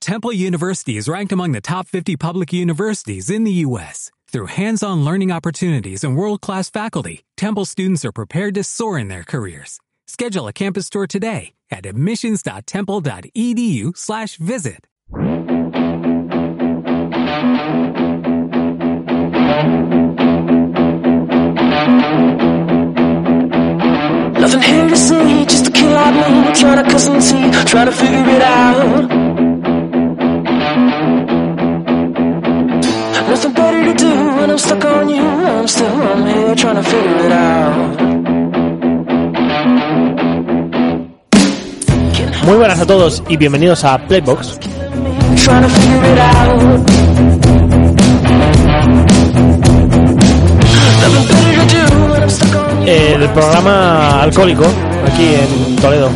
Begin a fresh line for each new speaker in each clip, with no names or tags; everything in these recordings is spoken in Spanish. Temple University is ranked among the top 50 public universities in the U.S. Through hands on learning opportunities and world class faculty, Temple students are prepared to soar in their careers. Schedule a campus tour today at admissions.temple.edu E slash visit.
Nothing here to see, just a kid like me trying to cut some tea, trying to figure it out. Nothing better to do when I'm stuck on you. I'm still I'm here trying to figure it out.
Muy buenas a todos y bienvenidos a Playbox.
Trying to figure it out. Nothing better to do when I'm stuck on you.
El programa alcohólico aquí en Toledo.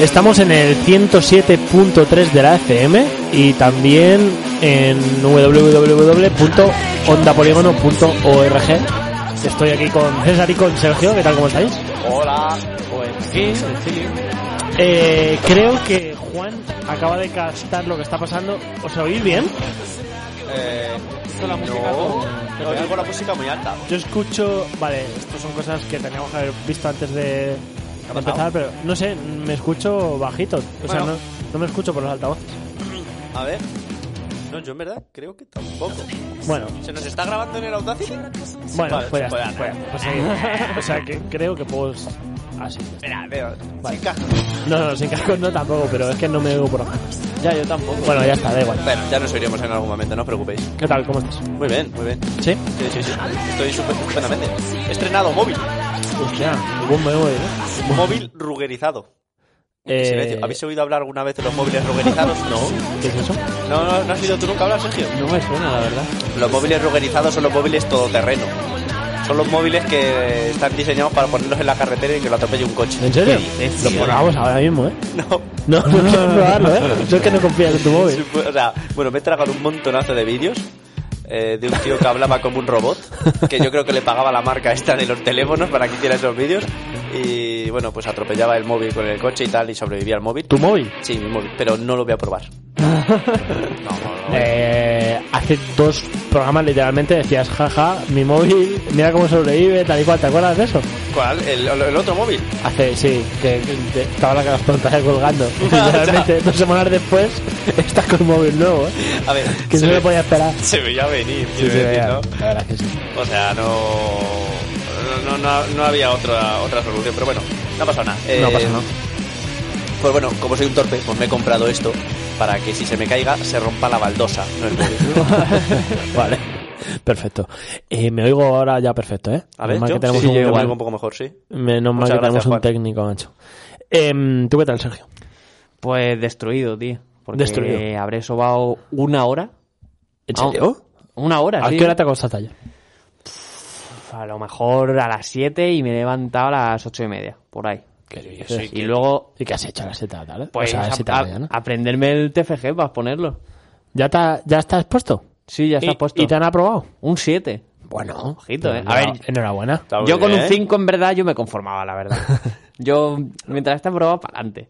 Estamos en el 107.3 de la FM y también en www.ondapoligono.org. Estoy aquí con César y con Sergio. ¿Qué tal? ¿Cómo estáis?
Hola, pues sí, sí.
Eh, creo que Juan acaba de captar lo que está pasando. ¿Os oís bien?
Eh,
la música
no,
como-
no tengo la música muy alta.
Yo escucho... Vale, estas son cosas que teníamos que haber visto antes de
ha
empezar, pero no sé, me escucho bajito. O sea,
Bueno.
no, no me escucho por los altavoces.
A ver. No, yo en verdad creo que tampoco.
Bueno,
¿Se nos está grabando en el Audacity?
bueno,
Vale,
pues ya está,
pues
pues
nada.
ya, pues seguimos. O sea, que creo que puedo... Así.
Espera, veo.
Vale.
Chica.
No, no, sin casco no tampoco, pero es que no me oigo por acá.
Ya, yo tampoco.
Bueno, ya está, da igual.
Bueno, ya nos oiremos en algún momento, no os preocupéis.
¿Qué tal? ¿Cómo estás?
Muy bien, muy bien.
¿Sí?
Sí, sí, sí. Estoy súper estupendamente. He estrenado móvil.
Hostia, algún me voy, ¿eh?
Móvil rugerizado.
Eh,
Silencio. ¿Habéis oído hablar alguna vez de los móviles rugerizados? No.
¿Qué es eso?
No, no, no has oído tú nunca hablar, Sergio.
No me suena, la verdad.
Los móviles rugerizados son los móviles todoterreno. Son los móviles que están diseñados para ponerlos en la carretera y que lo atropelle un coche.
¿En serio?
¿Qué dices,
Lo
tío?
probamos ahora mismo, ¿eh?
No.
No, no quiero probarlo, ¿eh? Yo es que no confío en tu móvil.
pues, O sea, bueno, me he tragado un montonazo de vídeos eh, de un tío que hablaba como un robot, que yo creo que le pagaba la marca esta de los teléfonos para que hiciera esos vídeos. Y bueno, pues atropellaba el móvil con el coche y tal y sobrevivía al móvil.
¿Tu móvil?
Sí, mi móvil, pero no lo voy a probar. No, no, no.
Eh, hace dos programas literalmente decías, jaja, mi móvil, mira cómo sobrevive, tal y cual, ¿te acuerdas de eso?
¿Cuál? ¿El, el otro móvil?
Hace, sí, que, que- que estaba la pantalla colgando. Literalmente, dos semanas después, estás con móvil nuevo, ¿eh?
A ver,
Que
se,
no
ve-
lo podía esperar.
se veía venir,
Sí,
quiero
sí,
decir,
ya,
¿no?
La verdad que sí.
O sea, no. No, no, no había otra, otra solución, pero bueno, no ha pasado nada. Eh,
No pasa nada.
Pues bueno, como soy un torpe, pues me he comprado esto para que si se me caiga se rompa la baldosa. No el móvil.
Vale, perfecto. Eh, me oigo ahora ya perfecto, ¿eh?
A ver,
Menos mal
yo
que tenemos
sí,
un,
yo me
gran-
oigo un poco mejor, sí. Muchas
menos mal que
gracias,
tenemos un
Juan.
técnico, macho. Em, ¿Tú qué tal, Sergio?
Pues destruido, tío. Porque
Destruido.
habré sobado una hora.
¿En
Ah,
serio?
Una hora,
¿A
sí.
qué hora te acostaste ayer?
A lo mejor a las 7 y me he levantado a las 8 y media, por ahí.
Sí,
y luego,
¿Y qué has hecho a las 7 de la tarde?
pues,
o sea, a las
ap-
7 de la
ap-
mañana.
aprenderme el TFG para ponerlo.
¿Ya, está, ¿Ya estás puesto?
Sí, ya está
¿Y,
puesto.
¿Y te han aprobado?
Un 7.
Bueno.
Ojito, eh. A
enhorabu-
ver,
Enhorabuena.
Está muy
Yo con un
bien.
5 en verdad yo me conformaba, la verdad. Yo, mientras esta probaba, para adelante.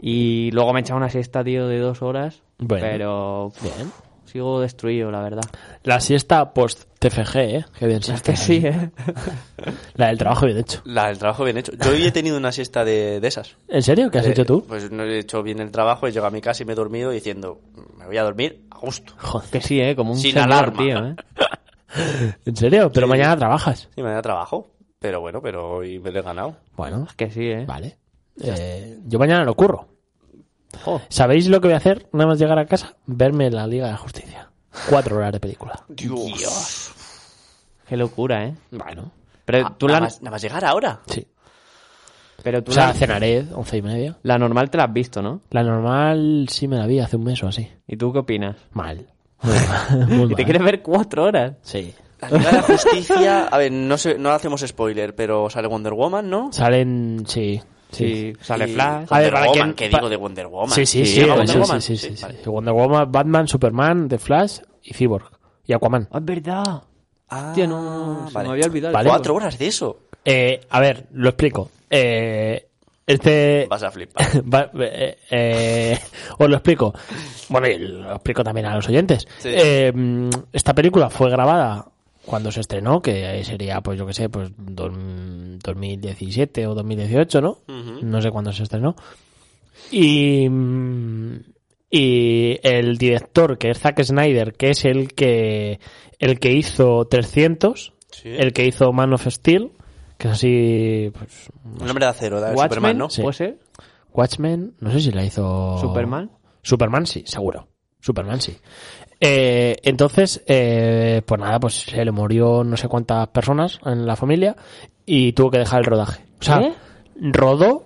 Y luego me he echado una siesta, tío, de dos horas.
Bueno.
Pero pff,
Bien.
sigo destruido, la verdad.
La siesta post-TFG, ¿eh? Qué bien siesta.
¿eh?
La del trabajo bien hecho.
La, el trabajo bien hecho. Yo hoy he tenido una siesta de, de esas.
¿En serio? ¿Qué has
Eh,
hecho tú?
Pues no he hecho bien el trabajo, he llegado a mi casa y me he dormido diciendo, me voy a dormir a gusto.
Que sí, ¿eh? Como un
Sin
señor,
alarma.
tío, ¿eh?
¿En serio? Pero mañana trabajas.
Y me da trabajo, pero bueno, pero hoy me lo he ganado.
Bueno,
Que sí, ¿eh?
vale. Eh, yo mañana lo curro.
Jo,
¿Sabéis lo que voy a hacer nada más llegar a casa? Verme la Liga de la Justicia. Cuatro horas de película.
Dios.
qué locura, ¿eh?
Bueno.
Pero
Ah,
tú,
Nada
la,
más, nada más llegar ahora.
Sí.
pero tú
O sea,
la,
cenaré once y media.
la normal te la has visto, ¿no?
La normal sí me la vi hace un mes o así.
¿Y tú qué opinas?
Mal. Muy
¿Y te
mal.
quieres ver cuatro horas?
Sí.
La Liga de la Justicia, a ver, no, sé, no hacemos spoiler, pero sale Wonder Woman, ¿no?
Salen, sí.
Sí, sale
Y
Flash.
A
Wonder
ver, para
Woman,
quien-
¿qué
pa-
digo de Wonder Woman?
Sí, sí, sí,
¿Llega
sí,
Wonder
sí,
Woman?
sí, sí, sí,
vale.
sí. Wonder Woman, Batman, Superman, The Flash y Cyborg. Y Aquaman.
Ah, es verdad.
Ah,
Tío, no, se
vale.
me había olvidado.
Vale.
Cuatro horas de eso.
Eh, a ver, lo explico. Eh, este...
Vas a flipar.
Va- eh, eh, os lo explico. Bueno, y lo explico también a los oyentes.
Sí.
Eh, mm, esta película fue grabada cuando se estrenó, que sería, pues yo que sé, pues dos- 2017 o 2018, ¿no? No sé cuándo se estrenó. Y, mm, y el director, que es Zack Snyder, que es el que, el que hizo 300,
Sí.
el que hizo Man of Steel, que es así, pues,
El nombre de acero, de
Watchmen,
Superman, ¿no?
Sí.
¿Puede ser?
Watchmen, no sé si la
Oh.
hizo.
¿Superman?
Superman sí, seguro. Superman sí. Eh, entonces, eh, pues nada, pues se le murió no sé cuántas personas en la familia y tuvo que dejar el rodaje. O sea,
¿Eh?
rodó,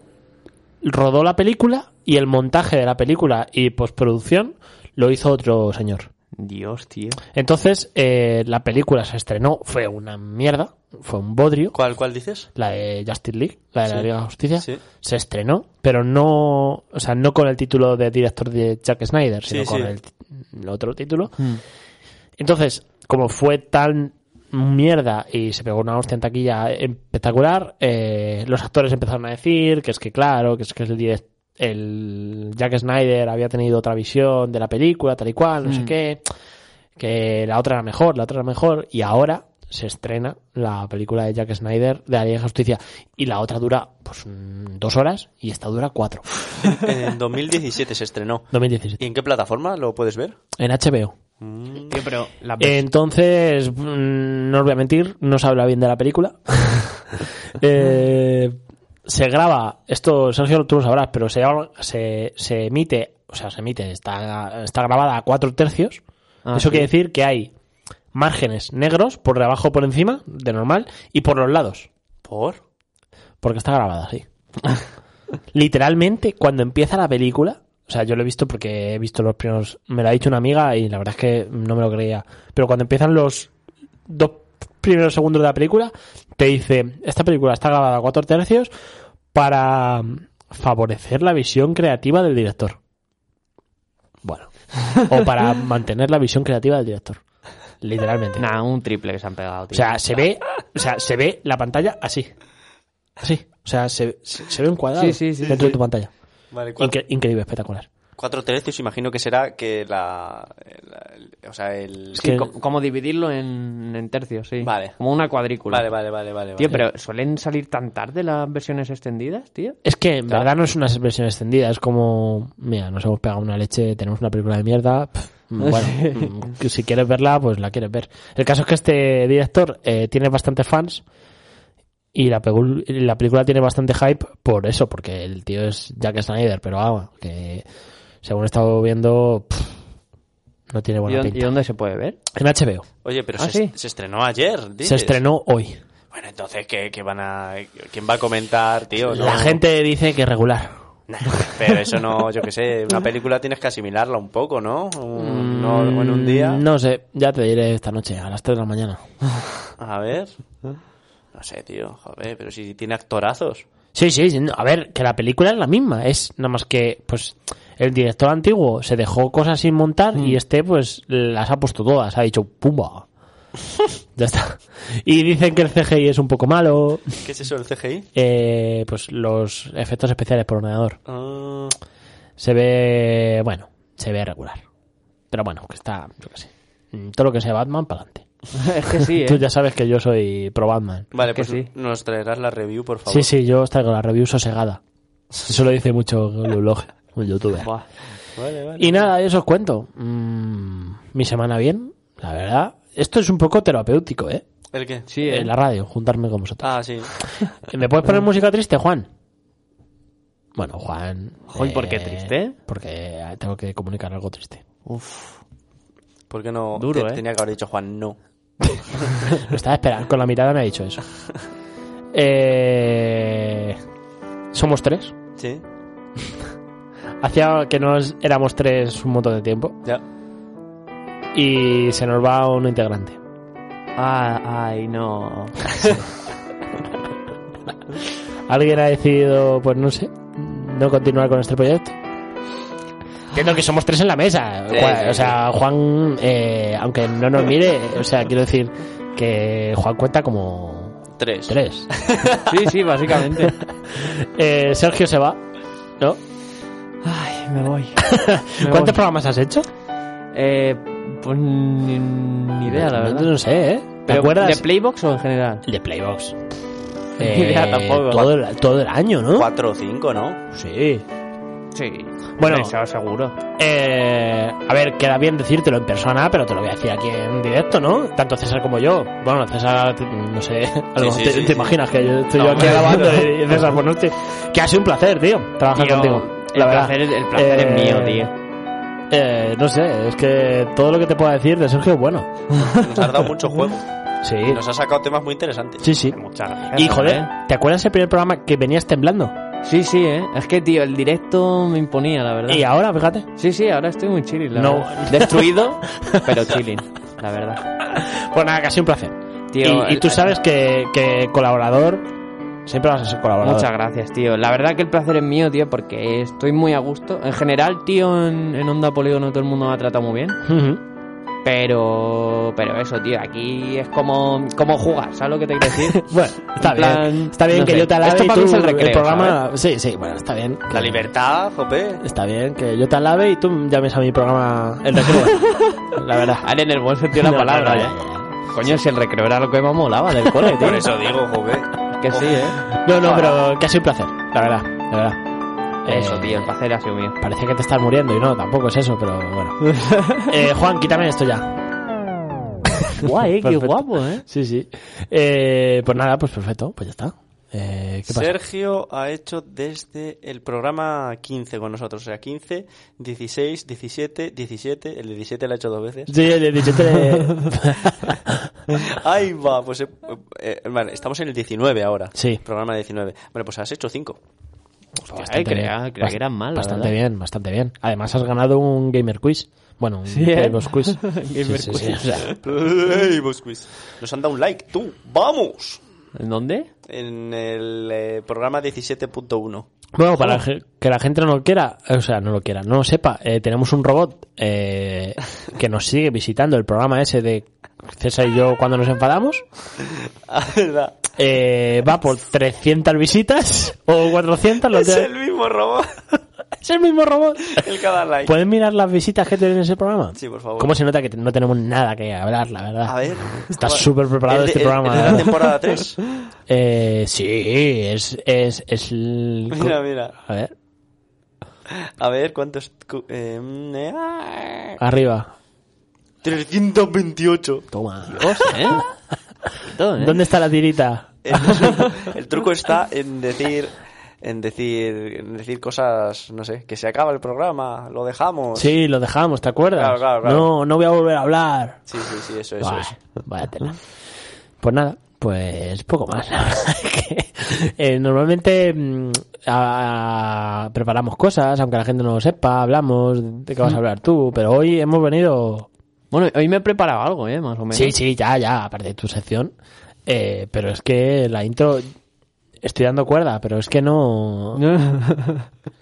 rodó la película y el montaje de la película y postproducción lo hizo otro señor.
Dios, tío.
Entonces, eh, la película se estrenó, fue una mierda, fue un bodrio
¿Cuál, ¿Cuál dices?
la de Justice League, la de la
Sí.
Liga de la Justicia,
Sí.
se estrenó, pero no, o sea, no con el título de director de Jack Snyder, sino
Sí,
con
sí. Hmm.
el, t- el otro título. Entonces, como fue tan mierda y se pegó una hostia en taquilla espectacular, eh, los actores empezaron a decir que es que claro, que es que el direc- el Jack Snyder había tenido otra visión de la película, tal y cual,
Hmm.
no sé qué, que la otra era mejor, la otra era mejor, y ahora se estrena la película de Jack Snyder de la Liga de la Justicia y la otra dura pues mm, dos horas y esta dura cuatro.
En 2017 se estrenó.
2017.
¿Y en qué plataforma lo puedes ver?
En HBO.
Tío, pero la
Entonces, mm, no os voy a mentir, no se habla bien de la película. Eh, se graba, esto Sergio tú lo sabrás, pero se, se, se emite, o sea, se emite, está, está grabada a cuatro tercios.
Ah, sí.
Eso quiere decir que hay márgenes negros por debajo o por encima, de normal, y por los lados,
¿Por?
porque está grabada así. Literalmente, cuando empieza la película, o sea, yo lo he visto porque he visto los primeros, me lo ha dicho una amiga y la verdad es que no me lo creía, pero cuando empiezan los dos primeros segundos de la película, te dice, esta película está grabada a cuatro tercios para favorecer la visión creativa del director. Bueno, o para mantener la visión creativa del director. Literalmente.
Nah, un triple que se han pegado,
O
tío.
sea, se ve, o sea, se ve la pantalla así. Así. O sea, se, se se ve un cuadrado
Sí, sí, sí,
dentro de tu pantalla.
Vale, cuatro,
Incre- increíble, espectacular.
cuatro tercios imagino que será que la... la- el- o sea, el...
Sí,
que-
co- como dividirlo en, en tercios, sí.
Vale.
Como una cuadrícula.
Vale, vale, vale, vale.
Tío,
vale.
pero ¿suelen salir tan tarde las versiones extendidas, tío?
Es que en verdad no es una versión extendida, es como, mira, nos hemos pegado una leche, tenemos una película de mierda. pff, mm, Bueno, mm, que si quieres verla, pues la quieres ver. El caso es que este director eh, tiene bastantes fans y la, pegu- y la película tiene bastante hype por eso, porque el tío es Jack Snyder, pero vamos, que según he estado viendo, pff, no tiene
¿Y,
buena
dónde-
pinta.
y dónde se puede ver?
En HBO.
Oye, pero
Ah,
se,
sí.
se estrenó ayer, dices.
Se estrenó hoy.
Bueno, entonces, ¿qué, qué van a... ¿Quién va a comentar, tío? Pues No.
La gente dice que regular.
Nah, pero eso no, yo qué sé, una película tienes que asimilarla un poco, ¿no? Un- no en un día.
Mm, No sé, ya te diré esta noche, a las 3 de la mañana.
A ver. No sé, tío, joder, pero si tiene actorazos.
Sí, sí, sí, no, a ver, que la película es la misma, es nada más que, pues, el director antiguo se dejó cosas sin montar
Mm.
y este, pues, las ha puesto todas, ha dicho, pumba. ya está. Y dicen que el CGI es un poco malo,
¿Qué es eso del CGI?
eh, pues los efectos especiales por ordenador.
Ah,
Se ve, bueno, se ve regular. Pero bueno, que está, yo qué sé. Mm, Todo lo que sea Batman, para adelante.
es que sí, ¿eh?
Tú ya sabes que yo soy pro Batman.
vale,
Es que
pues
sí.
nos traerás la review, por favor.
Sí, sí, yo os traigo la review sosegada. Eso lo dice mucho el blog, un youtuber.
Buah.
Vale, vale.
Y nada, eso os cuento. Mm, mi semana bien, la verdad. Esto es un poco terapéutico, ¿eh?
¿El qué?
Sí, ¿eh?
En la radio, juntarme con vosotros.
Ah, sí.
¿Me puedes poner música triste, Juan? Bueno, Juan. eh,
Joder, ¿por qué triste?
Porque tengo que comunicar algo triste.
¿Por qué no?
Duro,
Te-
¿eh?
Tenía que haber dicho Juan, no.
Lo estaba esperando, con la mirada me ha dicho eso. Eh, somos tres.
Sí,
Hacía que nos éramos tres un montón de tiempo.
ya.
y se nos va un integrante.
Ah, ay, no.
alguien ha decidido, pues no sé, no continuar con este proyecto. Entiendo que somos tres en la mesa.
Sí,
Juan-
sí,
o sea, Juan, eh, aunque no nos mire, o sea, quiero decir que Juan cuenta como
Tres.
tres.
Sí, sí, básicamente.
Eh, Sergio se va, ¿no?
Ay, me voy. Me
¿Cuántos
voy.
programas has hecho?
Eh, pues ni, ni idea, la
No,
verdad.
no sé, ¿eh? ¿Te
¿Pero
acuerdas?
de Playbox o en general?
El de Playbox.
Ni idea tampoco.
Todo el, todo el año, ¿no?
Cuatro o cinco, ¿no?
Sí.
Sí.
Bueno.
Eso seguro.
Eh, a ver, queda bien decírtelo en persona, pero te lo voy a decir aquí en directo, ¿no? Tanto César como yo. Bueno, César, t- no sé, a
Sí,
lo mejor
sí,
te,
sí,
te
sí.
imaginas que yo estoy
No,
yo aquí
hombre.
grabando y César, pues no estoy- Que ha sido un placer, tío, trabajar
Tío,
contigo.
el
la verdad.
placer es- el placer es mío, tío.
eh, no sé, es que todo lo que te pueda decir de Sergio es bueno.
Nos has dado mucho juego.
Sí,
Nos has sacado temas muy interesantes.
sí, sí.
Muchas gracias.
Y joder,
hombre.
¿te acuerdas el primer programa que venías temblando?
Sí, sí, eh. Es que, tío, el directo me imponía, la verdad.
Y ahora, fíjate.
Sí, sí, ahora estoy muy chilling, la
No.
verdad. Destruido, pero chilling, la verdad.
Pues nada, que ha sido un placer.
Tío, eh,
y, y tú
el-
sabes que, que colaborador, siempre vas a ser colaborador.
Muchas gracias, tío. La verdad que el placer es mío, tío, porque estoy muy a gusto. En general, tío, en, en Onda Polígono todo el mundo me ha tratado muy bien.
Ujú.
Pero pero eso, tío, aquí es como, como jugar, ¿sabes lo que te quiero decir?
Bueno, está
En plan,
bien. Está bien
no
que
sé.
yo te alabe
Esto
y
para
tú
mí es el ¿eh? recreo,
programa. Sí, sí, bueno, está bien.
La libertad, Jope.
Está bien que yo te alabe y tú llames a mi programa el recreo. la verdad.
Ahora en el buen sentido de la
No,
palabra,
no,
¿eh?
no, no,
Coño, si el recreo era lo que más molaba del cole, tío.
Por eso digo, Jope.
Que sí, ¿eh?
No, no, pero que ha sido un placer, la verdad, la verdad.
Eso,
Eh,
tío, el placer ha sido mío.
Parece que te estás muriendo y no, tampoco es eso, pero bueno. Eh, Juan, quítame esto ya.
Guay, eh, qué
Perfecto.
guapo, ¿eh?
Sí, sí. Eh, pues nada, pues perfecto, pues ya está. Eh, ¿Qué pasa?
Sergio ha hecho desde el programa 15 con nosotros, o sea, 15, 16, 17, 17, el 17 lo ha hecho dos veces.
Sí, el 17 de-
Ahí va, pues eh, eh, vale, estamos en el 19 ahora.
Sí.
Programa 19. Bueno, pues has hecho 5.
Ay, creía, creía que eran mal, la
Bastante
verdad.
bien, bastante bien. Además, has ganado un Gamer Quiz. Bueno, un
¿eh?
Playbox Quiz.
Gamer
Sí, sí, sí,
Quiz.
o sea,
Nos han dado un like, tú, vamos.
¿En dónde?
En el eh, programa 17.1.
bueno, para ge- que la gente no lo quiera, eh, o sea, no lo quiera, no lo sepa, eh, tenemos un robot eh, que nos sigue visitando el programa ese de César y yo cuando nos enfadamos.
Ah, ¿verdad?
Eh, va por 300 visitas o 400. Lo
Es
que-
el mismo robot.
es el mismo robot.
El que da like.
¿Pueden mirar las visitas que tienen en ese programa?
Sí, por favor.
Pues, ¿Cómo se nota que te- no tenemos nada que hablar, la verdad?
A ver.
Estás
Joder.
súper preparado
El de-
este
el-
programa.
el de
la
la
verdad.
temporada 3.
Eh, sí, es, es, es el...
Mira, mira.
A ver,
A ver, ¿cuántos? cu- eh, mm, eh, ah,
arriba.
328.
Toma.
¿Eh? Todo, ¿eh?
¿Dónde está la tirita?
El, truco- el truco está en decir... En decir, en decir cosas, no sé, que se acaba el programa, lo dejamos.
Sí, lo dejamos, ¿te acuerdas?
Claro, claro, claro.
No, no voy a volver a hablar.
sí, sí, sí, eso, eso,
Buah,
eso.
Vaya tela. Pues nada, pues poco más. la verdad que, eh, normalmente mm, a- a- preparamos cosas, aunque la gente no lo sepa, hablamos de qué vas a hablar tú, pero hoy hemos venido
Bueno, hoy me he preparado algo, ¿eh? Más o menos.
Sí, sí, ya, ya, aparte de tu sección. Eh, pero es que la intro. Estoy dando cuerda, pero es que no.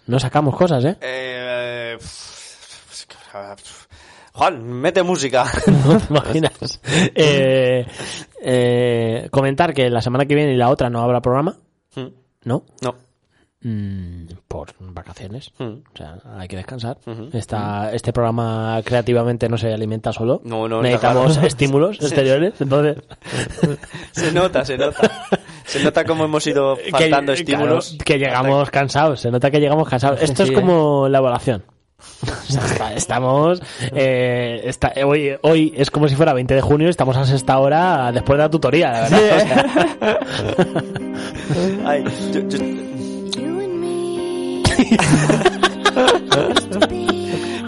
No sacamos cosas, ¿eh?
Eh, pf, Juan, mete música.
No te imaginas. Eh, eh, comentar que la semana que viene y la otra no habrá programa,
Mm,
¿no?
no.
Mm, por vacaciones.
Mm.
O sea, hay que descansar. Está, este programa creativamente no se alimenta solo.
No, no,
Necesitamos
claro.
estímulos exteriores. Entonces,
Se nota, se nota. Se nota cómo hemos ido faltando
que,
estímulos.
claro, que llegamos cansados, se nota que llegamos cansados. Esto
Sí,
es
¿eh?
como la evaluación. O sea, está- Estamos. eh, está- hoy, hoy es como si fuera 20 de junio, estamos a sexta hora después de la tutoría, la verdad. O sea,
Ay, yo- yo-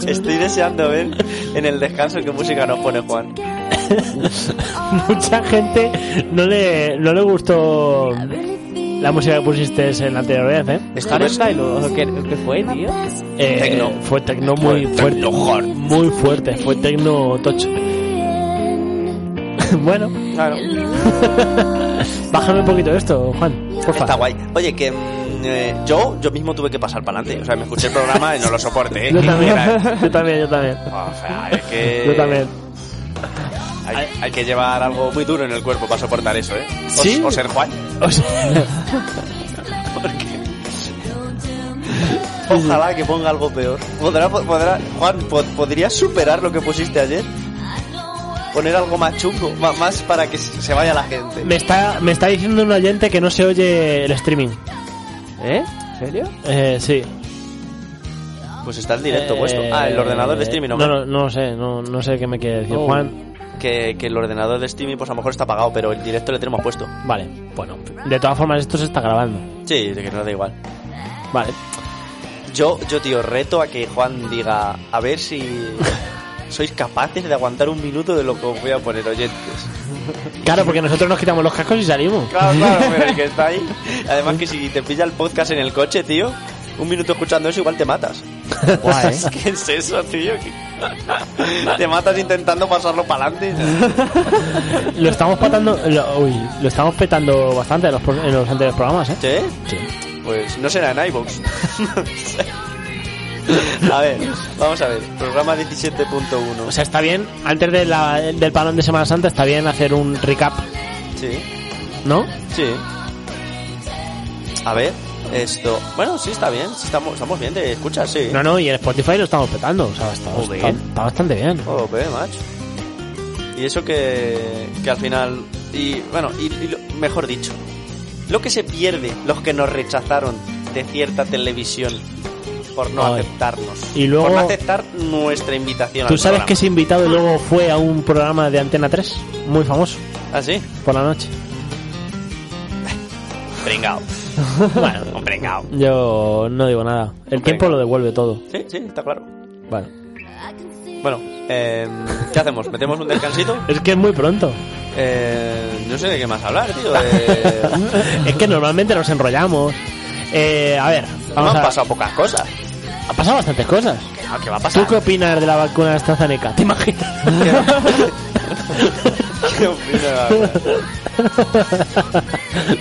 Estoy deseando ver en el descanso qué música nos pone Juan.
mucha gente no le, no le gustó la música que pusiste en la anterior vez, ¿eh?
¿Hardstyle o qué, qué fue, tío?
Eh,
Tecno.
Fue tecno muy fuerte. muy fuerte, fue tecno tocho. bueno,
Claro.
bájame un poquito esto, Juan. Porfa.
Está guay. Oye, que mm, eh, yo yo mismo tuve que pasar para adelante. O sea, me escuché el programa y no lo soporté. ¿eh?
Yo
Que
también,
era-
yo también, yo también.
O sea, es que...
Yo también.
Hay, hay que llevar algo muy duro en el cuerpo para soportar eso, ¿eh? O,
Sí.
o ser Juan.
O sea,
Ojalá que ponga algo peor. ¿Podrá, podrá, Juan, po- ¿podrías superar lo que pusiste ayer? Poner algo más chungo, ma- más para que se vaya la gente.
me, está, me está diciendo un oyente que no se oye el streaming.
¿Eh? ¿En serio?
Eh, sí.
Pues está el directo
Eh,
puesto. Ah, el ordenador de streaming,
No,
hombre.
no, no sé, no, no sé qué me quiere decir. Juan,
Que, que el ordenador de streaming, pues a lo mejor está apagado, pero el directo le tenemos puesto.
vale. Bueno, de todas formas, esto se está grabando.
Sí, de que no da igual.
Vale.
Yo, yo, tío, reto a que Juan diga, a ver si sois capaces de aguantar un minuto de lo que os voy a poner, oyentes.
Claro, porque nosotros nos quitamos los cascos y salimos.
Claro, claro, pero el que está ahí. Además que si te pilla el podcast en el coche, tío, un minuto escuchando eso igual te matas.
Guay, ¿eh?
¿Qué es eso, tío? ¿Qué- Te matas intentando pasarlo para adelante.
Lo estamos patando, lo, uy, lo estamos petando bastante en los, pro- en los anteriores programas, ¿eh?
¿Sí?
Sí.
Pues no será en iVoox. a ver, vamos a ver. Programa 17.1.
O sea, está bien, antes de la- del parón de Semana Santa, está bien hacer un recap,
sí.
¿no?
Sí. A ver, esto. Bueno, sí, está bien. sí, estamos, estamos bien de escucha, sí.
No, no, y en Spotify lo estamos petando, o sea, está,
Joder.
está- está bastante bien.
Joder, macho. Y eso que, que al final. Y bueno, y, y lo- mejor dicho, lo que se pierde, los que nos rechazaron de cierta televisión por no
Ay.
aceptarnos.
Y luego-
Por no aceptar nuestra invitación
¿Tú
al
sabes
programa.
que ese invitado luego fue a un programa de Antena 3? Muy famoso,
¿Ah, sí?
por la noche.
Pringao.
Bueno,
Un pringao.
yo no digo nada. El tiempo lo devuelve todo.
Sí, sí, está claro.
Bueno.
Bueno, eh, ¿qué hacemos? ¿Metemos un descansito?
Es que es muy pronto.
Eh, no sé de qué más hablar, tío. Eh, de-
es que normalmente nos enrollamos. Eh, a ver, vamos
han
a...
pasado pocas cosas.
Ha pasado bastantes cosas.
Ah, ¿Qué va a
¿Tú
pasar?
qué opinas de la vacuna de AstraZeneca? ¿Te imaginas?
¿Qué opinas?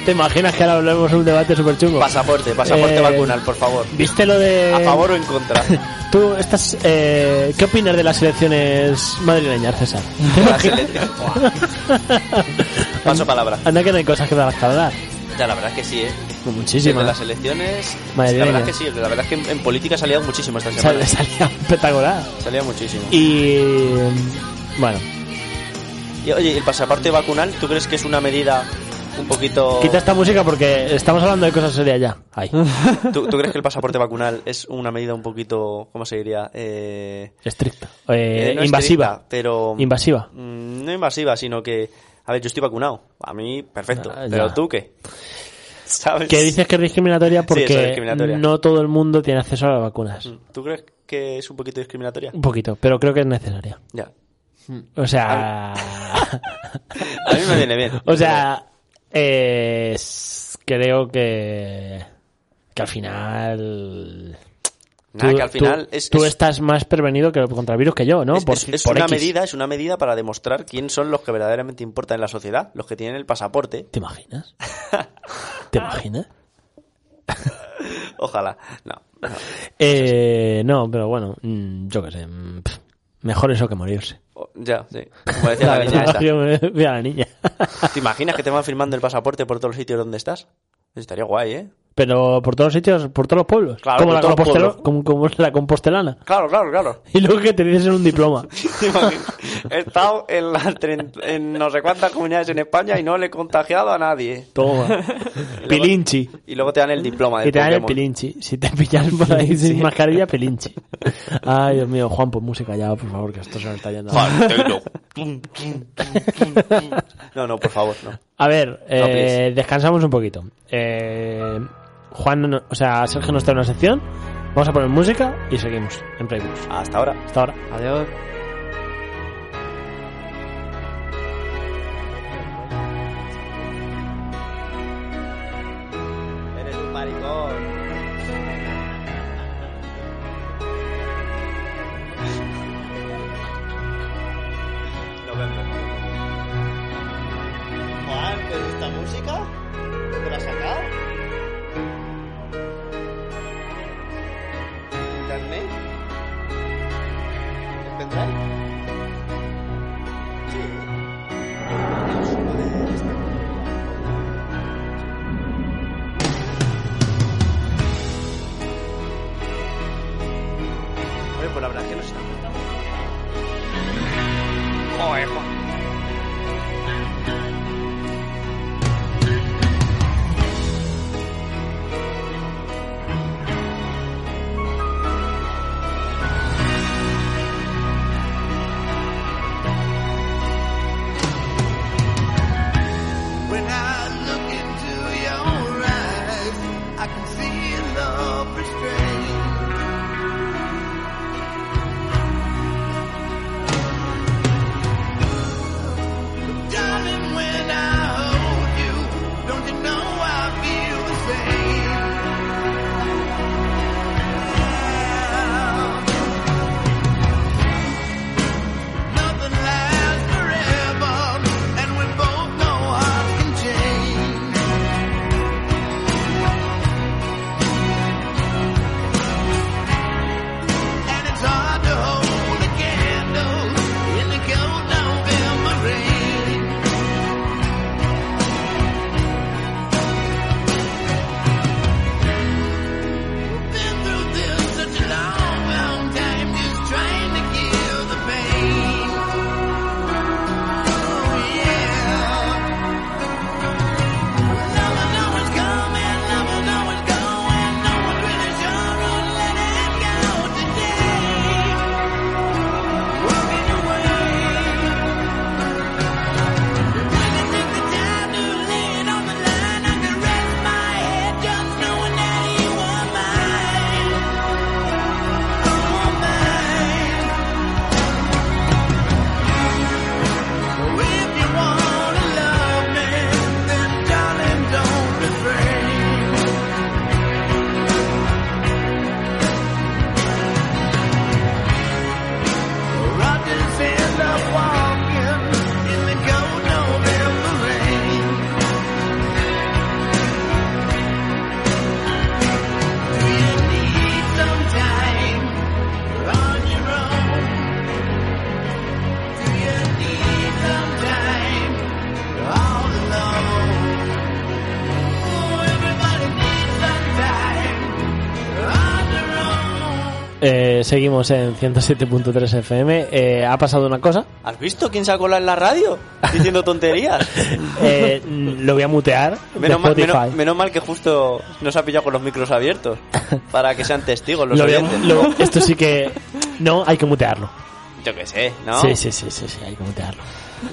¿Te imaginas que ahora hablemos de un debate súper chungo?
Pasaporte, pasaporte
Eh,
vacunal, por favor.
¿Viste lo de...?
¿A favor o en contra?
¿Tú estás, eh, qué opinas de las elecciones madrileñas, César? ¿Te
Las
imaginas?
elecciones. Buah. Paso palabra.
Anda que no hay cosas que dar que hablar.
Ya, la verdad es que sí, ¿eh? Desde
Muchísimas.
las elecciones...
Madre
la verdad
mía.
es que sí. La verdad es que en, en política se ha liado muchísimo esta semana.
Sal- salía espectacular.
Se ha liado muchísimo.
Y... Bueno,
Y, oye, ¿y el pasaporte vacunal tú crees que es una medida un poquito...
quita esta música porque estamos hablando de cosas serias ya. Ay,
¿Tú, tú crees que el pasaporte vacunal es una medida un poquito... ¿Cómo se diría? Eh...
estricta. Eh,
eh, no
invasiva.
estricta, pero...
Invasiva.
Mm, No invasiva, sino que. A ver, yo estoy vacunado. A mí, perfecto.
Ah, ya.
Pero tú qué? ¿Sabes?
Que dices que es discriminatoria porque
eso es discriminatoria. Mm.
no todo el mundo tiene acceso a las vacunas.
¿Tú crees que es un poquito discriminatoria?
Un poquito, pero creo que es necesaria.
Ya.
O sea...
A mí me viene bien.
O sea, eh, s- creo que, que al final...
Nada,
tú-
que al final
tú,
es,
tú
es-
estás más prevenido que contra el virus que yo, ¿no?
es- es- es una medida, es una medida para demostrar quién son los que verdaderamente importan en la sociedad, los que tienen el pasaporte.
¿Te imaginas? ¿Te imaginas?
Ojalá. No.
Eh, no, pero bueno, mm, yo qué sé. mm, pf, Mejor eso que morirse.
O- Ya, sí. Como decía la niña
verdad,
esta.
yo me voy a la niña.
¿Te imaginas que te van firmando el pasaporte por todos los sitios donde estás? Estaría guay, ¿eh?
Pero por todos los sitios, por todos los pueblos.
Claro,
como,
por
la
todos los
compostelo-
pueblos.
como, como la compostelana.
Claro, claro, claro.
Y luego que te dicen un diploma.
¿Te imaginas? He estado en, las 30 en no sé cuántas comunidades en España y no le he contagiado a nadie.
Toma. Pilinchi.
Y luego te dan el diploma de
Y te dan el
Pokémon.
pilinchi. Si te pillas por ahí sin mascarilla, pilinchi. Ay, Dios mío, Juan, pues música ya, por favor, que esto se nos está yendo.
No, no, por favor, no.
A ver, eh,
please.
descansamos un poquito. Eh, Juan, no- o sea, Sergio no está en una sección. Vamos a poner música y seguimos en Playbooks.
Hasta ahora.
Hasta ahora.
Adiós.
Eres un maricón.
chica? ¿Dónde la has sacado? ¿Internet? ¿El pendrive? Sí. Tenemos uno de esta.
Bueno, pues la verdad es que no está.
When I look into your eyes, I can see love restrained. Darling, when I hold you, don't you know I feel the same? Nothing lasts forever, and we both know hearts can change. And it's hard to hold a candle in the cold November rain. Been through this such a long, long time, just trying to kill the pain. Oh yeah. Love, I know it's coming. Love, I know it's going. No one's really sure on letting go today. Walking away. I can take the time to lay it on the line. I can rest my head just knowing that you are mine. Oh, mine. If you wanna love me, then darling, don't refrain. Or I'll just end up walking in the cold November rain. Do you need some time on your own? Do you need some time all alone? Oh, everybody needs some time on their own.
Eh, seguimos en 107.3 FM. Eh, ha pasado una cosa.
¿Has visto quién se ha colado en la radio? Diciendo tonterías.
Eh, mm, lo voy a mutear. de
Menos mal,
Spotify.
menos, menos mal que justo nos ha pillado con los micros abiertos. Para que sean testigos los
Lo voy a-
oyentes.
lo- esto sí que. No, hay que mutearlo.
Yo qué sé, ¿no?
Sí, sí, sí, sí, sí, hay que mutearlo.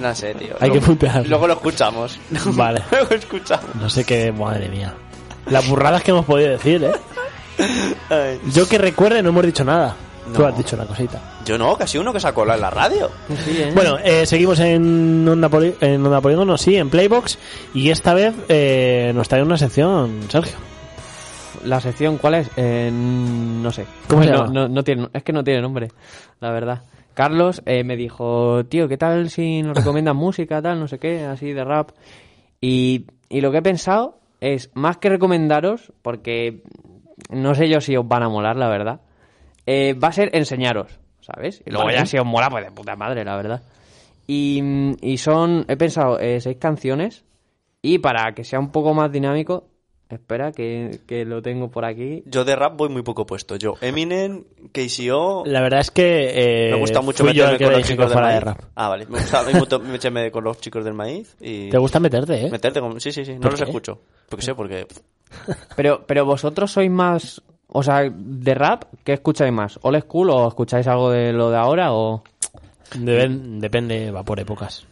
No sé, tío.
Hay que
Luego-
putearlo.
Luego lo escuchamos.
Vale.
Luego escuchamos.
No sé qué, madre mía. Las burradas que hemos podido decir, ¿eh?
Ay.
Yo que recuerde, no hemos dicho nada. Tú
No.
has dicho una cosita.
Yo no, casi uno que se ha colado en la radio.
Bueno, eh, seguimos en Onda, Poli- en Onda Polígono, sí, en Playbox. Y esta vez eh, nos trae una sección, Sergio.
La sección, ¿cuál es? Eh, no sé.
¿Cómo se
No-
llama?
no- no tiene, es que no tiene nombre, la verdad. Carlos eh, me dijo, tío, ¿qué tal si nos recomiendas música, tal, no sé qué, así de rap? Y, y lo que he pensado es, más que recomendaros, porque no sé yo si os van a molar, la verdad, eh, va a ser enseñaros, ¿sabes? Y luego
Vale.
ya si os mola, pues de puta madre, la verdad. Y, mm, y son, he pensado, eh, seis canciones. Y para que sea un poco más dinámico, espera que, que lo tengo por aquí.
Yo de rap voy muy poco puesto. Yo, Eminem, KCO.
La verdad es que. eh,
Me gusta mucho
fui yo el
meterme
que
con
le
los
dije
chicos
que
del
fuera
maíz.
de rap.
Ah, vale. Me gusta a mí mucho meterme con los chicos del maíz y
Te gusta meterte, ¿eh?
meterte con... Sí, sí, sí. No
¿Por
los
qué?
escucho. Porque sé, porque...
Pero, pero vosotros sois más. O sea, de rap, ¿qué escucháis más? ¿Old School o escucháis algo de lo de ahora? o
Deben- depende, va por épocas.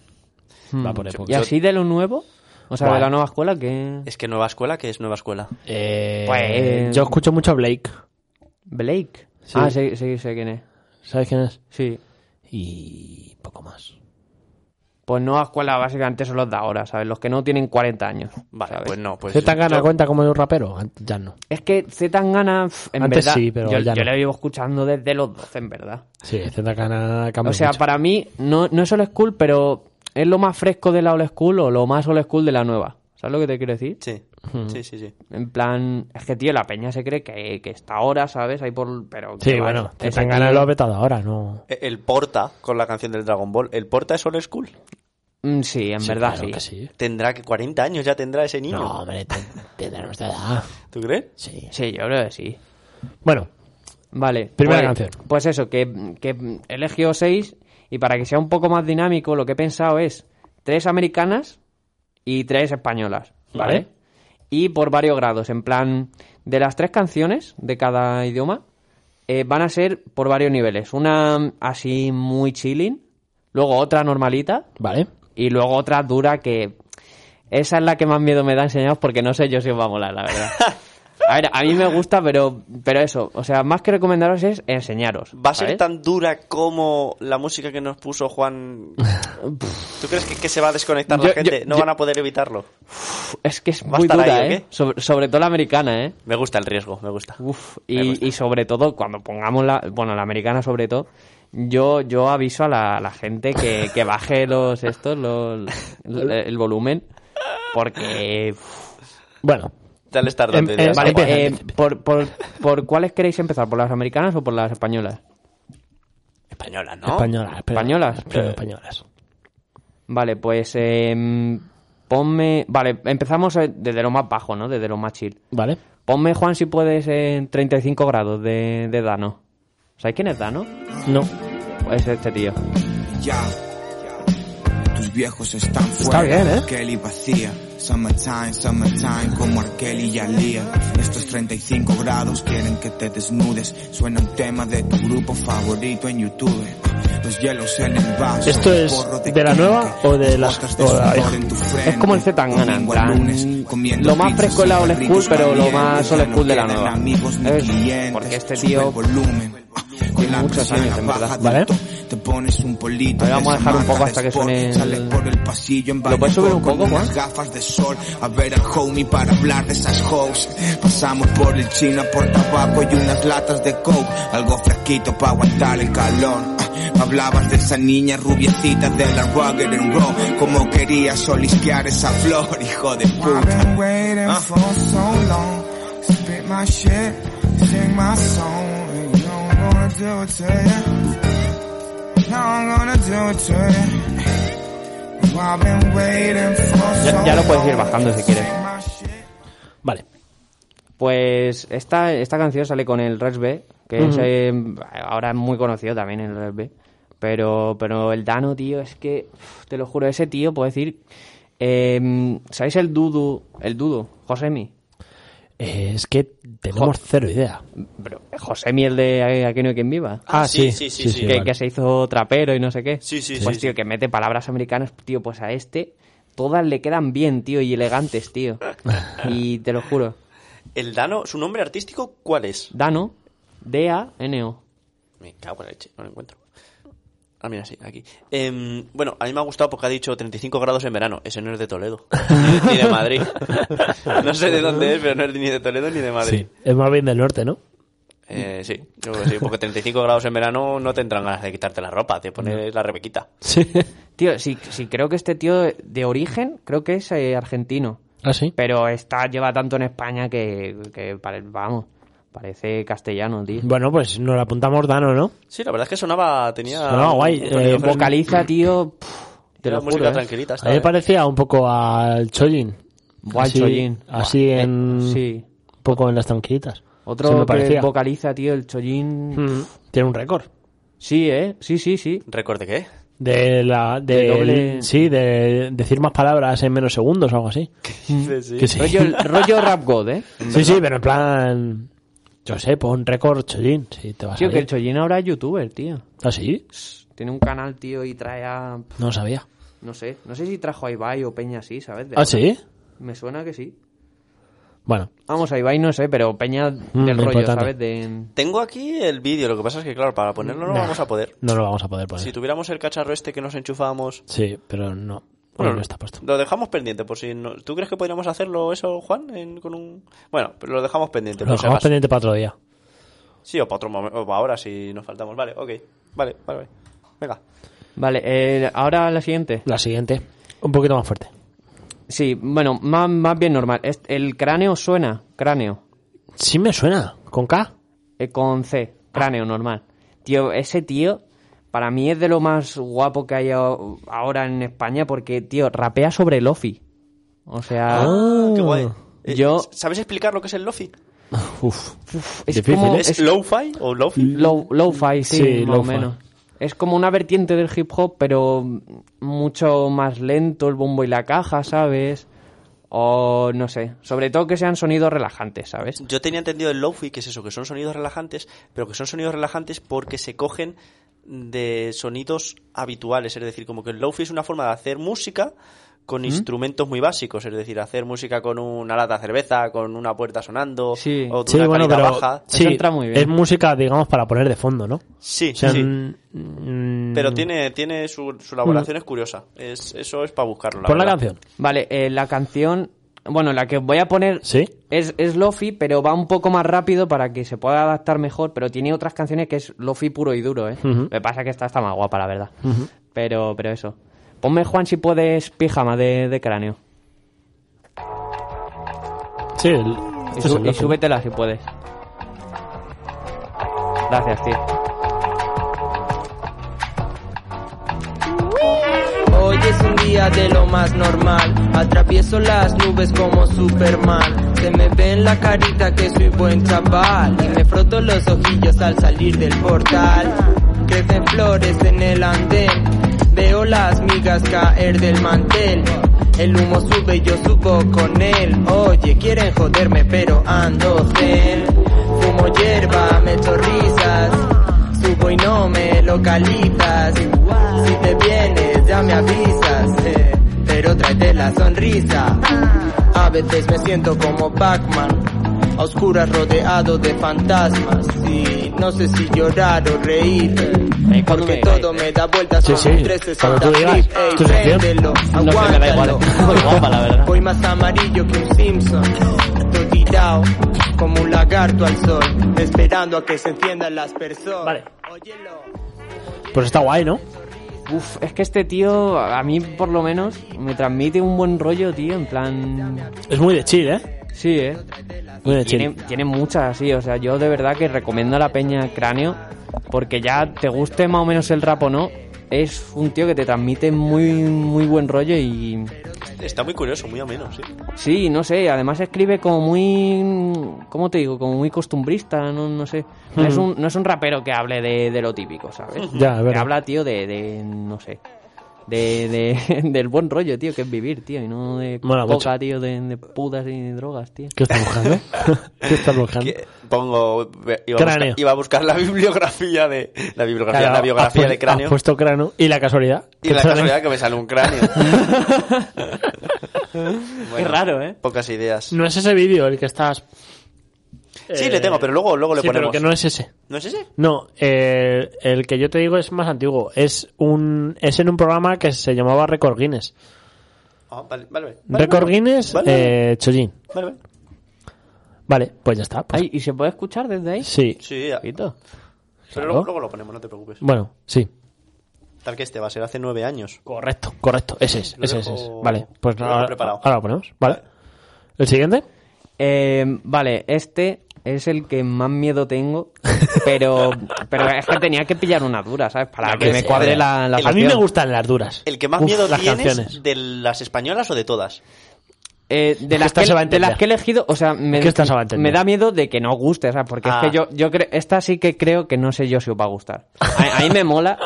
Va por
¿Y
épocas.
así de lo nuevo? O sea, de
Guay.
la nueva escuela, que
Es que nueva escuela, que es nueva escuela.
Eh,
Pues-
Yo escucho mucho a Blake.
Blake.
Sí.
Ah, sí, sí, sé quién es.
¿Sabes quién es?
Sí.
Y poco más.
Pues nueva escuela, básicamente son los de ahora, ¿sabes? Los que no tienen 40 años.
Vale,
¿sabes?
pues no. Pues
¿Se tan gana
yo-
cuenta como un rapero? An- Ya no.
Es que Z Tangana, pf, en
Antes
verdad,
sí, pero
yo,
ya
yo
no.
le vivo escuchando desde los 12, en verdad.
Sí, Zetangana cambia
O sea,
mucho.
para mí no, no es old school, pero es lo más fresco de la old school o lo más old school de la nueva. ¿Sabes lo que te quiero decir?
Sí,
Hmm.
sí, sí, sí.
En plan, es que tío, la peña se cree que, que está ahora, ¿sabes? Ahí por. Pero.
Sí,
que va,
bueno,
ese
Zetangana
tío-
lo ha vetado ahora, ¿no?
E- El Porta, con la canción del Dragon Ball, ¿el Porta es old school?
Mm, Sí, en
Sí,
verdad
claro
sí.
que sí.
Tendrá que 40 años ya tendrá ese niño.
No, hombre, te- tendrá nuestra edad.
¿Tú crees?
Sí.
Sí, yo creo que sí.
Bueno,
Vale.
Primera
pues-
canción.
Pues eso, que, que he elegido seis y para que sea un poco más dinámico, lo que he pensado es tres americanas y tres españolas. ¿Vale?
Vale.
Y por varios grados, en plan, de las tres canciones de cada idioma, eh, van a ser por varios niveles. Una así muy chilling, luego otra normalita
vale.
y luego otra dura que... Esa es la que más miedo me da enseñaros porque no sé yo si os va a molar, la verdad. A ver, a mí me gusta, pero, pero eso, o sea, más que recomendaros es enseñaros.
¿Va a ser
¿sabes?
tan dura como la música que nos puso Juan? ¿Tú crees que, que se va a desconectar
Yo-
la gente?
yo-
no
yo-
van a poder evitarlo.
Es que es
¿Va a
muy
estar
dura,
ahí o
¿eh?
qué?
Sobre, sobre todo la americana, ¿eh?
Me gusta el riesgo, me gusta.
Uf,
Me
y,
gusta.
y sobre todo cuando pongamos la, bueno, la americana sobre todo, yo, yo aviso a la, a la gente que, que baje los estos, los, el, el volumen, porque... uf.
Bueno,
Dale estar
Em-
dando
em,
ideas.
vale,
Juan.
empieza.
Eh, por, por, ¿Por cuáles queréis empezar? ¿Por las americanas o por las españolas?
Española, ¿no?
españolas. pero-
Españolas.
pero españolas.
Vale, pues em, ponme... Vale, empezamos eh, desde lo más bajo, ¿no? Desde lo más chill.
Vale.
Ponme, Juan, si puedes, en 35 grados de, de Dano. ¿Sabéis quién es Dano?
No.
Pues este tío.
Ya. Tus viejos están
Está
fuera.
bien, ¿eh?
Kelly vacía. Summertime, summertime, como Arkeli y Alía. Estos 35 grados quieren que te desnudes. Suena un tema de tu grupo favorito en YouTube. Los hielos en el vaso.
¿Esto es
porro
de la
clínica,
nueva o de las-
gotas de
o la
sudor
vieja?
en tu
Es como el
frente,
Zetangana, en
domingo a
plan,
lunes, comiendo
lo más
pizzas
fresco es la old
súper
school,
ricos,
pero lo
calientes,
más
ya
old
no
school de la
quedan
nueva.
amigos ni
Es-
clientes,
porque este
sube el
tío
volumen. Con la
muchos
persiana
años, en
baja
verdad.
del
¿Vale?
to- Te pones un polito.
Ahora vamos a dejar un
Samantha
poco hasta que
Sport,
suene el-
sales por el pasillo en
¿Lo puedes
bañador
subir un
con
poco,
unas
Juan?
gafas de sol a ver al homie para hablar de esas hoes. Pasamos por el China por tabaco y unas latas de coke, algo fresquito para aguantar el calor. Ah, Hablabas de esa niña rubiecita de la Rugged and Raw, como quería solisquear esa flor, hijo de
I've
puta. Ah.
been waiting
Huh?
for so long. Spit my shit, sing my song. And you know I'm gonna do it to you. Now I'm gonna do it to you. I've been waiting for so
Ya- ya lo puedes ir
long.
bajando si quieres.
Sing my shit.
Vale.
Pues esta, esta canción sale con el Res B, que es,
Ujú.
em, ahora es muy conocido también el Res B. Pero, pero el Dano, tío, es que, uf, te lo juro, ese tío puedo decir... em, ¿Sabéis el Dudu? El Dudu, Josemi.
Eh, es que tenemos cero idea.
Pero, Josemi el de Aquí no hay quien viva.
Ah,
sí, sí,
sí, sí,
sí,
sí,
sí.
que,
vale.
que se hizo trapero y no sé qué.
Sí, sí,
Pues
sí,
tío,
sí.
que mete palabras americanas, tío, pues a este todas le quedan bien, tío, y elegantes, tío. Y te lo juro.
El Dano, ¿su nombre artístico cuál es?
Dano, D-A-N-O.
Me cago en la leche, no lo encuentro. Ah, mira, sí, aquí. Em, bueno, a mí me ha gustado porque ha dicho 35 grados en verano. Ese no es de Toledo. ni de Madrid. no sé de dónde es, pero no es ni de Toledo ni de Madrid.
Sí. Es más bien del norte, ¿no?
Eh, sí, yo creo que sí, porque 35 grados en verano no tendrán ganas de quitarte la ropa, te pones la rebequita.
Sí.
Tío, sí, sí, creo que este tío de origen, creo que es eh, argentino.
Ah, sí.
Pero está, lleva tanto en España que, que pare- vamos, parece castellano, tío.
Bueno, pues nos la apuntamos Dano, ¿no?
Sí, la verdad es que sonaba, tenía...
Sonaba guay,
un sonido
eh,
fresco.
Vocaliza, tío, pf, te
Era
lo
música
juro, ¿eh?
tranquilita.
A
estaba
mí me
bien.
parecía un poco al Chojin.
Buah, el
Así-
Chojin.
Así
Buah, eh,
en...
sí.
Un poco en las tranquilitas.
Otro
Sí me
que
parecía.
vocaliza, tío, el chollín.
Mm. Tiene un récord.
Sí, eh. Sí, sí, sí.
¿Récord de qué?
De la... De,
De doble-
Sí, de decir más palabras en menos segundos o algo así.
Sí.
Que sí.
Rollo, rollo Rap God, eh.
Sí, sí, pero en plan... Yo sé, pon récord Chojin. Sí, te vas
Tío,
a
que
ir.
el chollín ahora es youtuber, tío.
¿Ah, sí?
Tiene un canal, tío, y trae a.
No lo sabía.
No sé. No sé si trajo a Ibai o Peña así, ¿sabes? De-
¿Ah, sí?
Me suena que sí.
Bueno.
Vamos, a Ibai no sé, pero Peña del rollo,
importante.
¿sabes? De...
Tengo aquí el vídeo, lo que pasa es que, claro, para ponerlo no lo vamos a poder.
No lo vamos a poder poner.
Si tuviéramos el cacharro este que nos enchufábamos...
Sí, pero no.
Bueno,
no está puesto.
Lo dejamos pendiente, por si no... ¿Tú crees que podríamos hacerlo eso, Juan? en- con un... Bueno, lo dejamos pendiente.
Lo
por si
dejamos
acaso.
pendiente para otro día.
Sí, o para otro momento, o para ahora si nos faltamos. Vale, ok. Vale, vale, vale. Venga.
Vale, eh, ahora la siguiente.
La siguiente. Un poquito más fuerte.
Sí, bueno, más, más bien normal. Es- el cráneo suena, cráneo,
Sí me suena. ¿Con K?
eh, con C, cráneo normal. Tío, ese tío para mí es de lo más guapo que hay a- ahora en España porque, tío, rapea sobre Lofi. O sea,
Ah.
Qué guay. Eh,
Yo-
¿Sabes explicar lo que es el lofi?
Uf.
uf, es
difícil,
como...
¿eh?
¿Es,
es
lo-fi o lofi?
low, fi sí,
Sí,
más o
lo-fi.
menos. Es como una vertiente del hip hop, pero mucho más lento el bombo y la caja, ¿sabes? O no sé, sobre todo que sean sonidos relajantes, ¿sabes?
Yo tenía entendido el lofi, que es eso, que son sonidos relajantes, pero que son sonidos relajantes porque se cogen de sonidos habituales. Es decir, como que el lofi es una forma de hacer música con instrumentos muy básicos. Es decir, hacer música con una lata de cerveza, con una puerta sonando,
Sí.
o con
Sí,
una
bueno,
carita
pero
baja.
sí,
Eso entra muy bien.
es música, digamos, para poner de fondo, ¿no?
Sí,
O sea,
sí.
mm,
Pero tiene, tiene su, su elaboración es curiosa. Es, eso es para buscarlo.
Pon la
verdad.
canción.
Vale, eh, la canción, bueno, la que os voy a poner
Sí.
es, es Lofi, pero va un poco más rápido para que se pueda adaptar mejor, pero tiene otras canciones que es Lofi puro y duro, ¿eh?
Ujú.
Lo que pasa es que esta está más guapa, la verdad. Pero pero eso. Ponme, Juan, si puedes, pijama de, de cráneo.
Sí. el-
Y,
esto es
sú-
el
y
lofi.
súbetela si puedes. Gracias, tío.
Hoy es un día de lo más normal, atravieso las nubes como Superman. Se me ve en la carita que soy buen chaval y me froto los ojillos al salir del portal. Crecen flores en el andén, veo las migas caer del mantel. El humo sube y yo subo con él. Oye, quieren joderme pero ando zen. Fumo hierba, me echo risas. Subo y no me localizas. Si te vienes, ya me avisas. eh, pero tráete la sonrisa. A veces me siento como Pac-Man. A oscuras rodeado de fantasmas. Y no sé si llorar o reír. eh, Porque todo me da vueltas.
Sí,
como
sí,
un 360
cuando tú digas,
flip, ey,
tu sección.
préndelo,
No sé, me da igual,
aguántalo.
es muy guapa, la verdad.
Voy más amarillo que un Simpson. Estoy tirado como un lagarto al sol, esperando a que se enciendan las personas.
Vale.
Óyelo.
Pues está guay, ¿no?
Uf, es que este tío, a mí por lo menos, me transmite un buen rollo, tío, en plan...
Es muy de chill, ¿eh?
Sí, eh.
Muy de
Tiene,
chill.
tiene muchas así, o sea, yo de verdad que recomiendo a la peña cráneo, porque ya te guste más o menos el rap o no, es un tío que te transmite muy, muy buen rollo y...
Está muy curioso, muy ameno, sí.
Sí, no sé, además escribe como muy... ¿Cómo te digo? Como muy costumbrista, no, no sé. No, es un, no es un rapero que hable de, de lo típico, ¿sabes?
Ya, es
Que
verdad.
habla, tío, de... de no sé. De, de- del buen rollo, tío, que es vivir, tío, y no de
Mola
coca,
mucho.
tío, de, de putas y drogas, tío.
¿Qué estás buscando? ¿Qué estás buscando?
Que- pongo iba a,
Cráneo.
buscar, iba a buscar la bibliografía de la bibliografía
Claro,
la
Ah, pues, has
biografía de
pu-
cráneo
Has puesto cráneo. Y la casualidad.
y
que
la
sale-
casualidad que me sale un cráneo
Qué
Bueno,
raro, ¿eh?
pocas ideas
No es ese vídeo el que estás.
sí
eh,
le tengo pero luego luego le
sí,
ponemos
Pero que no es ese.
¿No es ese
No, eh, el que yo te digo es más antiguo. Es un es en un programa que se llamaba Record Guinness.
Ah, vale vale vale, vale,
Record
vale.
Guinness,
Vale,
eh, Chollín.
vale, vale.
Vale, pues ya está. pues-
Ay, ¿y se puede escuchar desde ahí?
sí.
sí ya. pero
Poquito.
luego, luego lo ponemos no te preocupes
Bueno, sí.
tal que este va a ser hace nueve años
Correcto, correcto. Ese es,
Lo
ese es.
dejo-
ese es. Vale, pues
lo dejo
ahora,
preparado.
ahora lo ponemos. Vale. ¿El siguiente?
Eh, vale, este es el que más miedo tengo, pero, pero es que tenía que pillar una dura, ¿sabes? Para
Ya
que
que
me
sé,
cuadre
hombre.
la, la
a mí
canción.
me gustan las duras.
el que más
Uf,
miedo
las
tienes
canciones.
de las españolas o de todas
Eh, de, las
esta
que,
se va a
de las
entender.
que he elegido, o sea, me,
Es que esta se va a entender.
me da miedo de que no guste, ¿sabes? Porque
Ah.
es que yo, yo cre- esta sí que creo que no sé yo si os va a gustar. A, a mí me mola,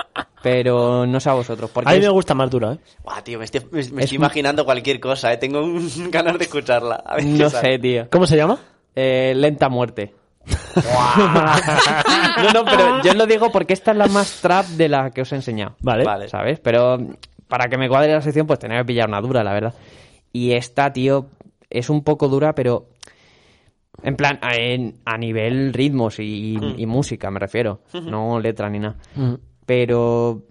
pero no sé a vosotros. Porque
A mí me
es-
gusta más dura, ¿eh?
Buah, tío me estoy, me- me estoy
Es-
imaginando cualquier cosa eh. tengo un ganas de escucharla A ver qué
no
sale.
sé, tío.
¿Cómo se llama?
Eh, lenta muerte. no, no, pero yo lo digo porque esta es la más trap de la que os he enseñado.
Vale.
Vale.
¿Sabes? Pero para que me cuadre la sección, pues tenía que pillar una dura, la verdad. Y esta, tío, es un poco dura, pero. En plan, a, en- a nivel ritmos y, y música, me refiero. No letra ni nada. Pero.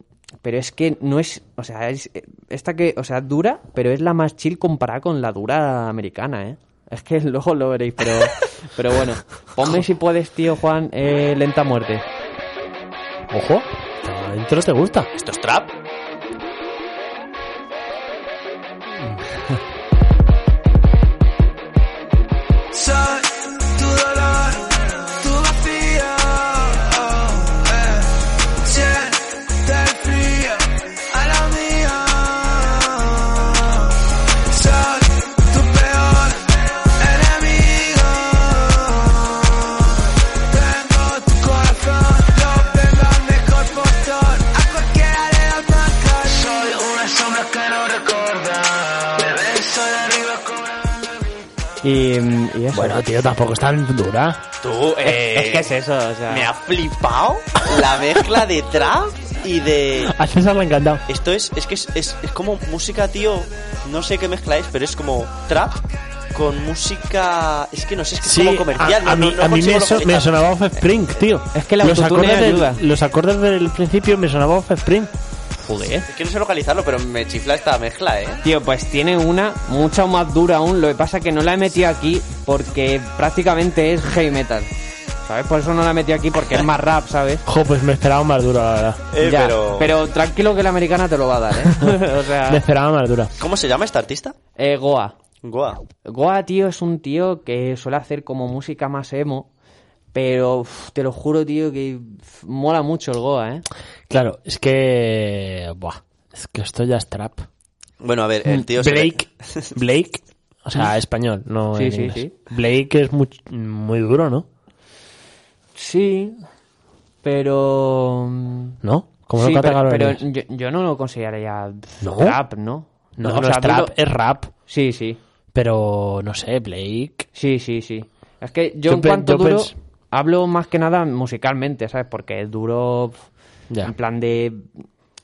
Pero es que no es. O sea, es. Esta que. O sea, dura, pero es la más chill comparada con la dura americana, ¿eh? Es que luego lo veréis, pero. Pero bueno. Ponme si puedes, tío Juan, eh, lenta muerte.
Ojo. La intro te gusta.
esto es trap
que no recorda. Me beso de arriba con
Y, mm, y eso.
Bueno, tío, tampoco es tan dura.
Tú, eh,
es que es eso, o sea.
Me ha flipado la mezcla de trap y de...
A César le ha encantado.
Esto es, es que es, es- es como música, tío, no sé qué mezcla es, pero es como trap con música... Es que no sé, es que es como comercial.
a, a
no-
mí,
no- no
a mí
consigo
me, so- me
localizar.
sonaba Off Spring, tío.
Es que el autotune
del-
ayuda.
los acordes del principio me sonaba Off Spring.
Joder.
Es que no sé localizarlo, pero me chifla esta mezcla, ¿eh?
Tío, pues tiene una mucha más dura aún. Lo que pasa es que no la he metido aquí porque prácticamente es heavy metal. ¿Sabes? Por eso no la he metido aquí porque es más rap, ¿sabes?
Jo, pues me esperaba más dura, la verdad.
Eh,
Ya,
pero...
tranquilo que la americana te lo va a dar, ¿eh? o
Me
sea,
esperaba más dura.
¿Cómo se llama este artista?
eh, Goa.
Goa.
Goa, tío, es un tío que suele hacer como música más emo. Pero uf, te lo juro, tío, que uf, mola mucho el Goa, ¿eh?
Claro, es que. Buah, es que esto ya es trap.
Bueno, a ver,
Mm,
el tío... se ve-
Blake. Blake. O sea, español, no
Sí,
en
sí,
inglés.
sí.
Blake es muy, muy duro, ¿no?
Sí, pero... mm,
¿No? ¿Cómo
sí,
lo
pero,
catalogarías?
pero yo, yo no lo consideraría
¿No?
rap, ¿no?
No,
O
no
sea,
es
tú
trap,
lo-
es rap.
Sí, sí,
Pero, no sé, Blake.
sí, sí, sí. Es que yo,
Yo
en
pe-
cuanto
yo
duro,
pens-
hablo más que nada musicalmente, ¿sabes? Porque duro, pf,
Ya.
en plan de,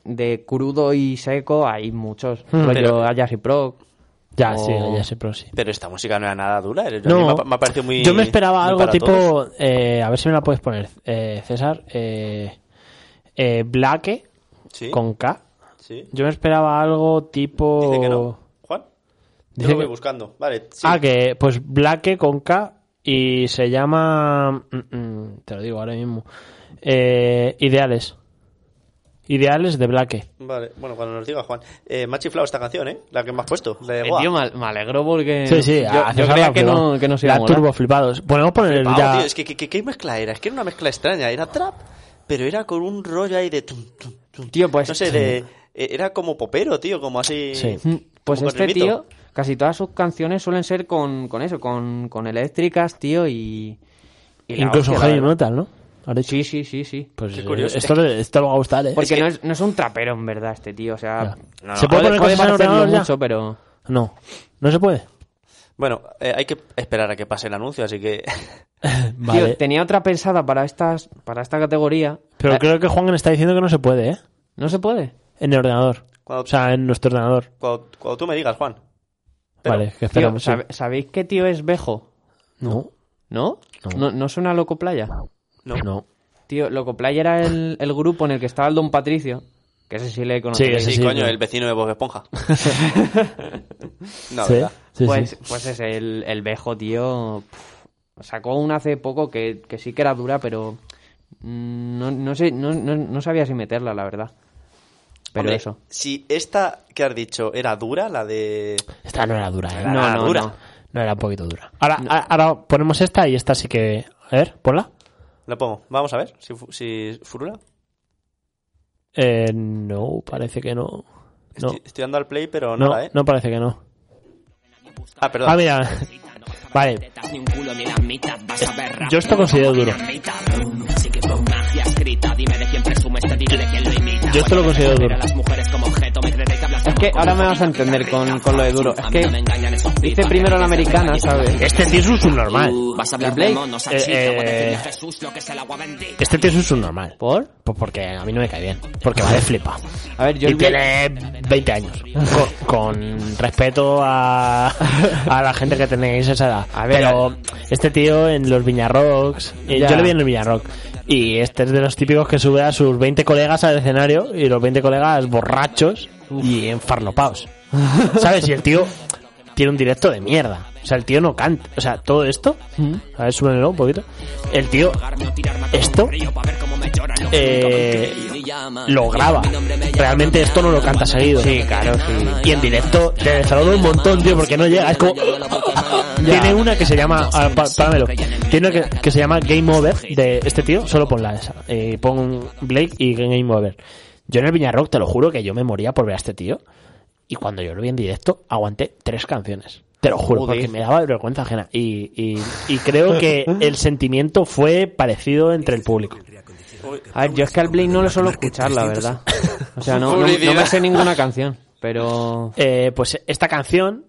de crudo y seco, hay muchos.
Hmm.
rollo
Pero-
Ayas y Proc.
Ya,
o-
sí, ya sé, pero sí.
Pero esta música no era nada dura. el- a mí
No,
me, ha- me ha parecido muy...
yo me esperaba
muy
algo
para todos.
tipo, eh, a ver si me la puedes poner, eh, César, eh, eh, Blake
Sí,
con K.
sí.
Yo me esperaba algo tipo...
Dice que no. Juan, yo
Dice
lo voy
que-
buscando. Vale, sí.
Ah, que pues Blake con K y se llama... mm, mm, te lo digo ahora mismo. eh, ideales. Ideales de Blake.
Vale, bueno, cuando nos diga Juan. Eh, me ha chiflado esta canción, ¿eh? La que me has puesto. La de Goa.
Tío, me, me alegro porque
Sí, sí,
yo,
a
yo
César
creía
la
que
flipado.
no, que no se iba a
La
molar.
turbo flipados. Podemos poner
Pau,
ya...
tío, es que, que- que- ¿qué mezcla era? Es que era una mezcla extraña. Era trap, pero era con un rollo ahí de... tum, tum, tum.
Tío, pues-
No sé, de... eh, Era como popero, tío, como así...
Sí.
Mm, Pues
como
este
ritmito.
tío, casi todas sus canciones suelen ser con, con eso, con, con eléctricas, tío, y... y la
Incluso
hostia, la
heavy
verdad.
metal, ¿no? Ahora
Sí, sí, sí, sí.
Pues eh,
curioso.
Esto, le- esto le va a gustar, ¿eh?
Porque
que-
no, es, no es un trapero, en verdad, este tío, o sea...
Ya. ¿Se puede poner cosas en el
parecerlo
ordenador ya?
mucho, pero...
No, no se puede.
Bueno, eh, hay que esperar a que pase el anuncio, así que...
Vale.
Tío, tenía otra pensada para, estas, para esta categoría.
Pero
Eh,
creo que Juan está diciendo que no se puede, ¿eh?
¿No se puede?
En el ordenador.
Cuando-
O sea, en nuestro ordenador.
Cuando, cuando tú me digas, Juan.
vale, que
Tío,
esperamos. sí.
¿sabe- ¿sabéis qué tío es Bejo?
No,
¿No?
No.
¿No, no suena a Loco Playa?
No.
no.
Tío, Loco Playa era el, el grupo en el que estaba el Don Patricio, que ese sí le conocí.
Sí, ese
Sí,
sí,
coño,
sí.
el vecino de Bob Esponja. no,
Sí,
¿verdad?
sí,
pues,
sí.
pues es el, el Bejo, tío. pf, sacó una hace poco que, que sí que era dura, pero mm, no, no, sé, no, no- no sabía si meterla, la verdad. Pero
Hombre,
eso.
Si esta que has dicho era dura, la de...
Esta no era dura, ¿eh?
era nada dura.
No era un poquito dura. Ahora, a- ahora ponemos esta y esta sí que. A ver, ponla.
La pongo. Vamos a ver si, fu- si furula.
Eh, no, parece que no. No,
Estoy, estoy dando al play, pero
no,
nada, ¿eh?
no parece que no.
Ah, perdón.
Ah, mira. Vale.
Ni un culo ni la mitad, vas a ver rap
Yo esto considero duro.
Así que fue magia escrita, dime de quién presumes, te diré de quién lo imita.
Yo esto
Cuando
lo
te
considero
refiero
duro.
a las mujeres como objeto, me creeré que hablas
Es
como
que
con
ahora
un
me vas a
poquito de
entender con, con lo de duro. Es
A mí no me
que
engañan esos
hice
pipas,
primero la
que dicen que
americana,
nadie
¿sabes?
Este tío es un subnormal.
Uh, Vas a hablar de
Blake,
monos
eh,
al chico, voy a decirle
eh,
a Jesús lo que es el agua bendita.
Este tío es un subnormal.
¿Por?
Pues porque a mí no me cae bien. Porque vale flipa.
A ver, yo
y
el, vi-
tiene 20 años. Con, con respeto a, a la gente que tenéis esa edad.
A ver,
Pero este tío en los Viñarrocks. eh,
Ya.
Yo le vi en el Viñarrock. Y este es de los típicos que sube a sus 20 colegas al escenario. Y los 20 colegas borrachos y enfarlopaos. ¿Sabes? Y el tío tiene un directo de mierda. O sea, el tío no canta. O sea, todo esto.
Mm.
A ver, súbenlo un poquito. El tío. Esto. Eh, lo graba. Realmente esto no lo canta seguido. Sí, claro. Y en directo te defrauda un montón, tío, porque no llega. Es como. Tiene una que se llama. ah, pa- páramelo. Tiene una que, que se llama Game Over de este tío. Solo pon la esa. Eh, pon Blake y Game Over. Yo en el Viñarrock te lo juro que yo me moría por ver a este tío. Y cuando yo lo vi en directo, aguanté tres canciones. Te lo juro, porque me daba vergüenza ajena. Y, y, y creo que el sentimiento fue parecido entre el público.
a ver, yo es que al Blade no le suelo escuchar, la verdad. O sea, no, no- no me sé ninguna canción. Pero.
Eh, pues esta canción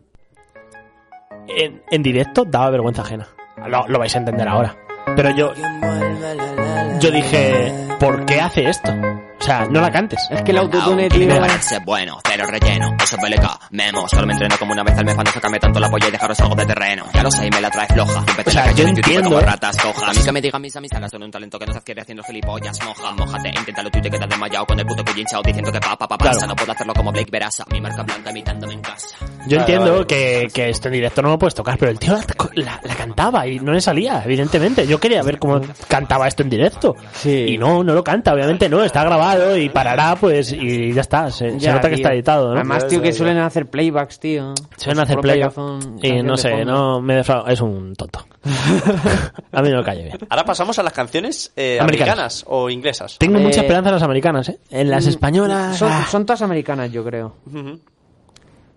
en, en directo daba vergüenza ajena. Lo, lo vais a entender ahora. Pero yo, yo dije, ¿por qué hace esto? O sea, no la cantes.
Es que el autotune,
Aunque
tío.
me parece bueno, cero relleno, eso es BLK, memo, solo me entreno como una vez al mes para no sacarme tanto la polla y dejaros algo de terreno. Ya lo sé, y me la trae floja. Empecé
O sea,
la canción
yo
en YouTube
entiendo,
como
¿eh?
ratas cojas. A mí que me digan mis amigas, son un talento que no se adquiere haciendo gilipollas, moja. Mojate, inténtalo tú y te quedas desmayado con el puto cuyo hinchado diciendo que pa, pa, pa, pasa.
Claro.
No puedo hacerlo como Blake Verasa, mi marca blanca imitándome en casa.
Yo
Vale,
entiendo
vale.
Que, que esto en directo no lo puedes tocar, pero el tío la, la- la cantaba y no le salía, evidentemente. Yo quería ver cómo cantaba esto en directo.
Sí.
Y no, no lo canta, obviamente no, está grabado y parará, pues, y ya está. Se, se
Ya,
nota que
tío.
está editado, ¿no?
Además, tío, que suelen hacer playbacks, tío.
Suelen hacer play. Y no sé, no me defrauda. Es un tonto. a mí no me cae bien.
Ahora pasamos a las canciones eh,
Americanas.
americanas o inglesas.
Tengo mucha
Eh,
esperanza en las americanas, ¿eh? En las españolas.
Mm. Son,
ah.
son todas americanas, yo creo.
Ujú.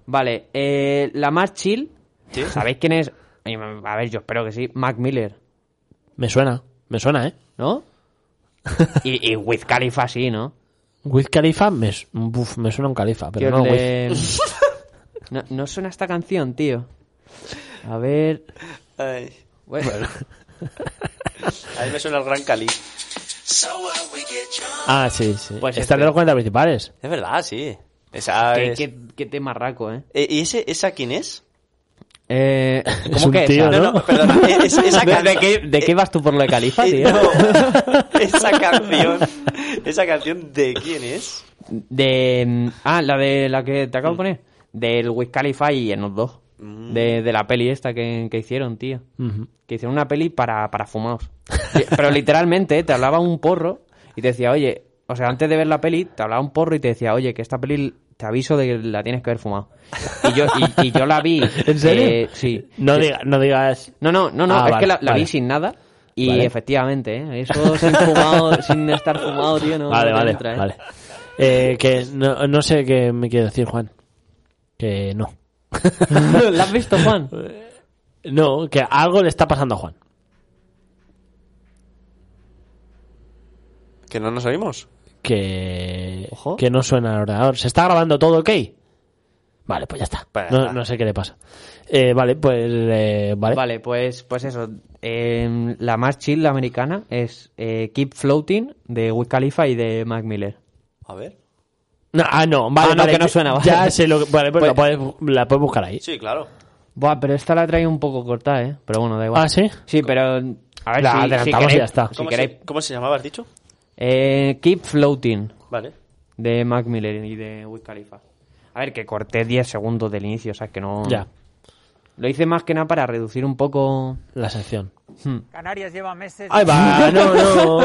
Vale, eh, la más chill.
Sí.
¿Sabéis quién es? A ver, yo espero que sí. Mac Miller,
Me suena, me suena, ¿eh?
¿no? y, y Wiz Khalifa sí, ¿no?
With Khalifa, me, su- uf, me suena un Khalifa, pero
Tío,
no Wiz.
le- no, no suena esta canción, tío. A ver.
Ay,
Bueno,
a mí me suena el Gran Cali.
Ah, sí, sí.
Pues
Está
este.
de los 40 principales.
Es verdad, sí. Esa
qué,
es-
qué- qué tema raco, ¿eh?
Eh, ¿Y ese, esa quién es?
eh ¿Cómo
un
que
tío,
esa?
¿no?
No, no, perdona. eh, es- esa
¿De, de
canción-
qué, de qué vas tú por lo de Califa,
eh,
tío?
no. esa canción. ¿Esa canción de quién es?
De. mm, Ah, la de la que te acabo de poner. Del Wiz Khalifa y en los dos.
Mm.
De, de la peli esta que, que hicieron, tío. Que hicieron una peli para, para fumados. Sí, Pero literalmente, ¿eh? te hablaba un porro y te decía, oye, o sea, antes de ver la peli, te hablaba un porro y te decía, oye, que esta peli te aviso de que la tienes que haber fumado. Y yo, y, y yo la vi.
¿En serio?
eh, sí.
No, diga- no digas.
No, no, no, no,
Ah,
es
vale,
que la, la
vale.
vi sin nada. Y
Vale.
efectivamente, ¿eh? eso sin fumado, sin estar fumado, tío, no.
vale,
no te
vale,
entra, ¿eh?
vale. Eh, que no, no sé qué me quiere decir, Juan. Que no.
¿La has visto, Juan?
No, que algo le está pasando a Juan.
¿Que no nos oímos?
Que,
Ojo.
que no suena el ordenador. ¿Se está grabando todo ok? Vale, pues ya está.
Pues ya
No,
está.
no sé qué le pasa. Eh, vale, pues... eh, vale.
Vale, pues, pues eso. eh, la más chill, la americana, es eh, Keep Floating de Wiz Khalifa y de Mac Miller.
A ver.
No, ah, no, vale,
Ah, no,
vale,
que no
yo-
suena, vale.
Ya sé lo que... Vale, pues,
Pues-
la, puedes, la puedes buscar ahí.
Sí, claro.
Buah, pero esta la trae un poco cortada, ¿eh? Pero bueno, da igual.
Ah, ¿sí?
Sí, pero... A ver,
La
si- si,
adelantamos y
queréis-
ya está.
Si
¿Cómo,
queréis...
se, cómo se llamaba, has dicho?
Eh, Keep Floating
Vale.
de Mac Miller y de Wiz Khalifa. A ver, que corté 10 segundos del inicio, o sea, que no...
Ya,
Lo hice más que nada para reducir un poco...
la sección.
Canarias lleva meses.
Ahí va, no, no.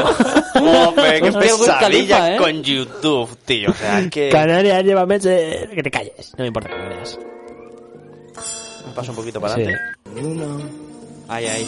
Hombre, qué
Hostia, el Wiz
pesadilla
Khalifa, ¿eh?
con YouTube, tío. O sea, es que...
Canarias lleva meses... Que te calles. No me importa Canarias.
Paso un poquito para
Sí.
adelante.
Ay, ay.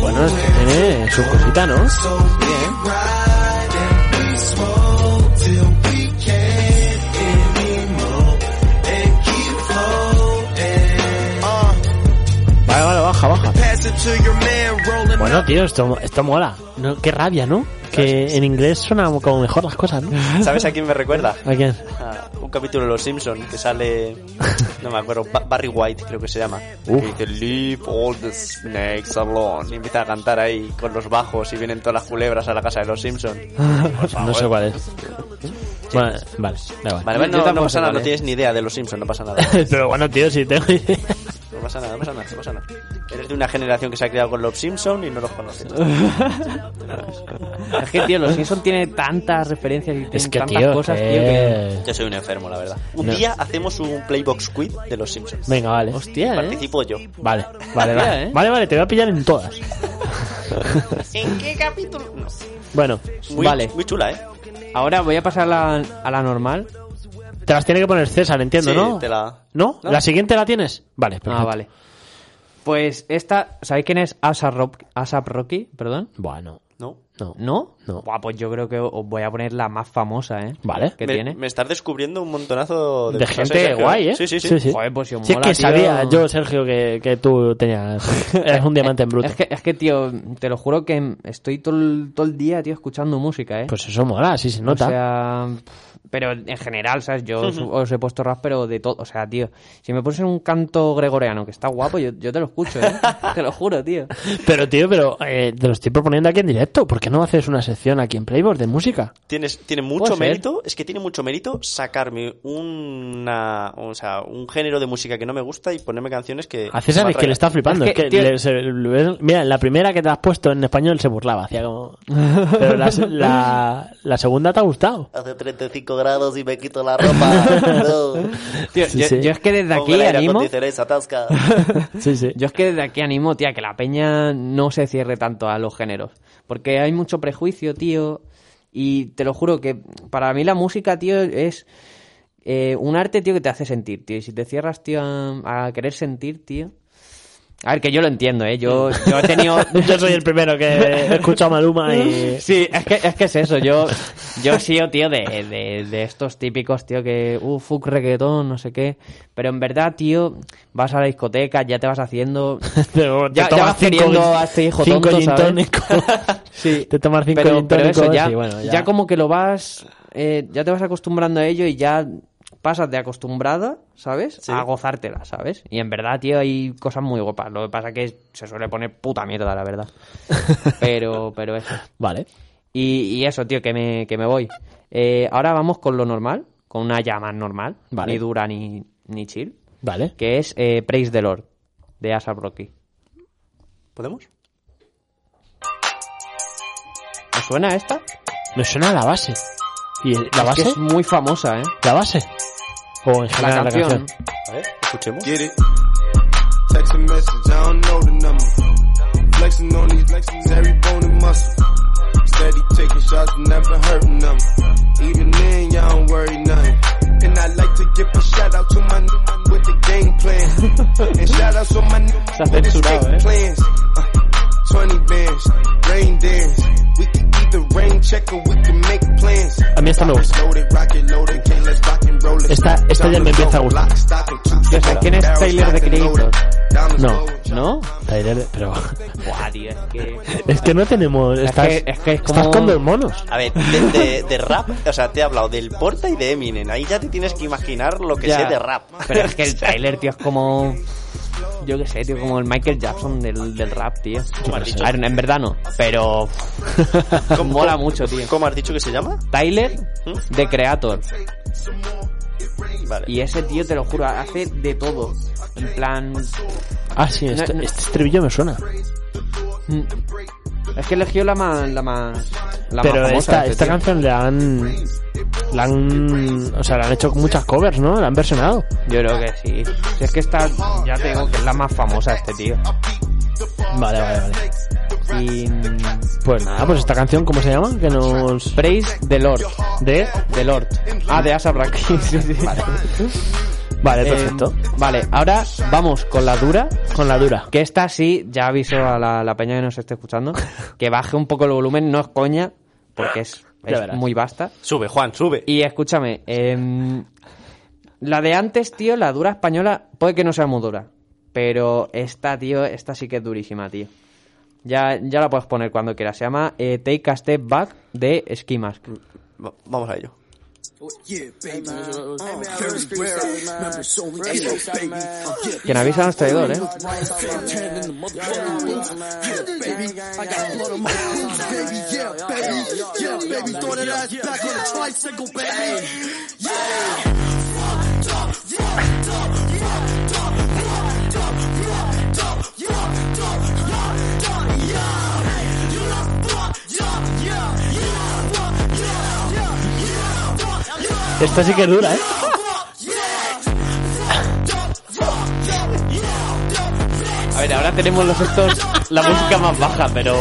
Bueno, tiene su cosita, ¿no? Vale, vale, baja, baja. Bueno, tío, esto, esto mola. No, qué rabia, ¿no? Que en inglés suena como mejor las cosas, ¿no?
¿Sabes a quién me recuerda?
¿A quién?
a Ah, un capítulo de Los Simpson que sale, no me acuerdo, Ba- Barry White creo que se llama. Que dice, leave all the snakes alone. Y empieza a cantar ahí con los bajos y vienen todas las culebras a la casa de Los Simpson. Por
Ah,
favor.
No sé cuál es. Bueno, vale, da igual.
Vale, vale,
Yo
no, no
tampoco sé
pasa nada,
cuál
no
es.
tienes ni idea de Los Simpson, no pasa nada.
Pero bueno, tío, si tengo idea.
No pasa nada, no pasa nada, no pasa nada. Eres de una generación que se ha criado con Los Simpson y no los conoces.
Es que, tío, los Simpsons tiene tantas referencias y tienen
Es que,
tantas
tío,
cosas,
que-
tío, eh, que...
Yo soy un enfermo, la verdad. Un
No.
día hacemos un Playbox Quiz de Los Simpson.
Venga, vale.
Hostia, ¿eh?
Participo yo.
Vale, vale,
Ya,
vale.
¿eh?
Vale, vale, te voy a pillar en todas.
¿En qué capítulo? No.
Bueno,
Muy,
Vale.
muy chula, ¿eh?
Ahora voy a pasar a la, a la normal.
te las tiene que poner César, entiendo,
Sí,
¿no?
te la-
¿No?
¿No?
¿La siguiente la tienes? Vale, perfecto.
Ah, vale. Pues esta, ¿sabéis quién es Asap Rocky? Perdón.
Bueno,
¿No?
No.
¿No?
No.
Buah, pues yo creo que os voy a poner la más famosa, ¿eh?
Vale.
¿Qué
me,
tiene?
me estás descubriendo un montonazo de,
De
cosas,
gente
Sergio.
guay, ¿eh?
Sí, sí, sí.
Sí, sí.
Joder, pues si os
Si es
mola,
que
tío.
sabía yo, Sergio, que, que tú tenías. Eres un diamante en bruto.
Es que, es que, tío, te lo juro que estoy todo el, todo el día, tío, escuchando música, ¿eh?
Pues eso mola, sí se
O
nota.
sea, pff, pero en general, ¿sabes? Yo os- os he puesto rap, pero de todo. O sea, tío, si me pones un canto gregoriano que está guapo, yo, yo te lo escucho, ¿eh? te lo juro, tío.
Pero, tío, pero eh, te lo estoy proponiendo aquí en directo. ¿Por qué no haces una sección aquí en Playboy de música?
Tienes, tiene
Puede
mucho
ser.
mérito, es que tiene mucho mérito sacarme una, o sea, un género de música que no me gusta y ponerme canciones que...
A César
me
es que le está flipando.
Ah, Es
Es
que,
que,
tío-
le- se- le- mira, la primera que te has puesto en español se burlaba. Hacía como... Pero la, se- la, la segunda te ha gustado.
Hace 35 grados y me quito la ropa. No.
Tío,
Sí,
yo,
sí.
yo es que desde
Pongo
aquí
el aire
animo.
acondicionado y se atasca.
Sí, sí.
Yo es que desde aquí animo, tía, que la peña no se cierre tanto a los géneros. Porque hay mucho prejuicio, tío. Y te lo juro que para mí la música, tío, es eh, un arte, tío, que te hace sentir, tío. Y si te cierras, tío, a, a querer sentir, tío. A ver, que yo lo entiendo, ¿eh? Yo, yo he tenido.
Yo soy el primero que he escuchado a Maluma y...
Sí, es que, es que es eso. Yo, yo he sido, tío, de, de, de estos típicos, tío, que, uh, fuck reggaetón, no sé qué. Pero en verdad, tío, vas a la discoteca, ya te vas haciendo.
Pero te
Ya- ya
tomas
vas
cinco
queriendo
gin-
a este hijo
cinco
tonto,
gin
¿sabes?
tónicos.
Sí.
Te tomas cinco
pero,
gin
pero
tónicos
eso ya,
y bueno, ya.
ya como que lo vas eh, ya te vas acostumbrando a ello y ya pasas de acostumbrada sabes a gozártela sabes y en verdad tío hay cosas muy guapas lo que pasa que se suele poner puta mierda la verdad pero pero eso
Vale.
y, y eso tío que me, que me voy Eh, ahora vamos con lo normal con una llama normal
Vale.
ni dura ni ni chill
Vale.
que es eh, Praise the Lord de ASAP Rocky
¿Podemos?
¿Os suena esta?
Me suena la base. ¿Y el- la
Es que
base?
es muy famosa, ¿eh?
¿La base? O en
La
general la
canción.
canción.
A ver, escuchemos.
Get it. Text a message, I don't know the number. Flexing on these flexes, every bone and muscle. Steady taking shots, never hurting them. Even then, y'all don't worry nothing. And I like to give a shout out to my new man with the game plan. and shout out to my new man with the
censurado, eh.
straight plans. Uh, 20 bands, rain dance. We can either rain check or we can make plans.
A mí esta me gusta.
Loaded, rocket loaded, can't let's rock and roll it.
Esta- esta ya me empieza a gustar.
Yo sé, ¿Quién es Taylor de Creator?
No.
¿No?
Tyler, Pero
Buah, tío, es que...
es que no tenemos... Estás,
que- es que es
estás
como-
con dos monos.
A ver, de, de- de rap, o sea, te he hablado del Porta y de Eminem. Ahí ya te tienes que imaginar lo que
Ya.
sé de rap.
Pero es que el Tyler, tío, es como... Yo qué sé, tío, como el Michael Jackson del, del rap, tío. A ver, en verdad no, pero... Mola mucho, tío.
¿Cómo ¿Mm? has dicho que se llama?
Tyler de Creator.
Vale.
Y ese tío, te lo juro, hace de todo. En plan...
Ah, sí, este,
no.
este estribillo me suena.
Es que eligió la más... La más la más
Pero
famosa
esta,
de este
esta
tío.
canción le han... La han... O sea, le han hecho muchas covers, ¿no? La han versionado.
Yo creo que sí. Si es que esta, ya te digo que es la más famosa de este tío.
Vale, vale, vale.
Y... mm,
Pues nada, pues esta canción, ¿cómo se llama? Que nos...
Praise the Lord.
De...
The Lord. Ah, de Asa Rocky. sí, sí. Vale,
Vale, perfecto.
vale, ahora vamos con la dura.
Con la dura.
Que esta sí, ya aviso a la, la peña que nos esté escuchando, que baje un poco el volumen, no es coña, porque es,
Ya
es
verás.
muy vasta.
Sube, Juan, sube.
Y escúchame, em, la de antes, tío, la dura española, puede que no sea muy dura, pero esta, tío, esta sí que es durísima, tío. Ya, ya la puedes poner cuando quieras. Se llama eh, Take a Step Back de Ski Mask.
Va- Vamos a ello.
Uh,
Quien avisa no es traidor, ¿eh?
Esta sí que es dura, ¿eh?
A ver, ahora tenemos los estos, la música más baja, pero...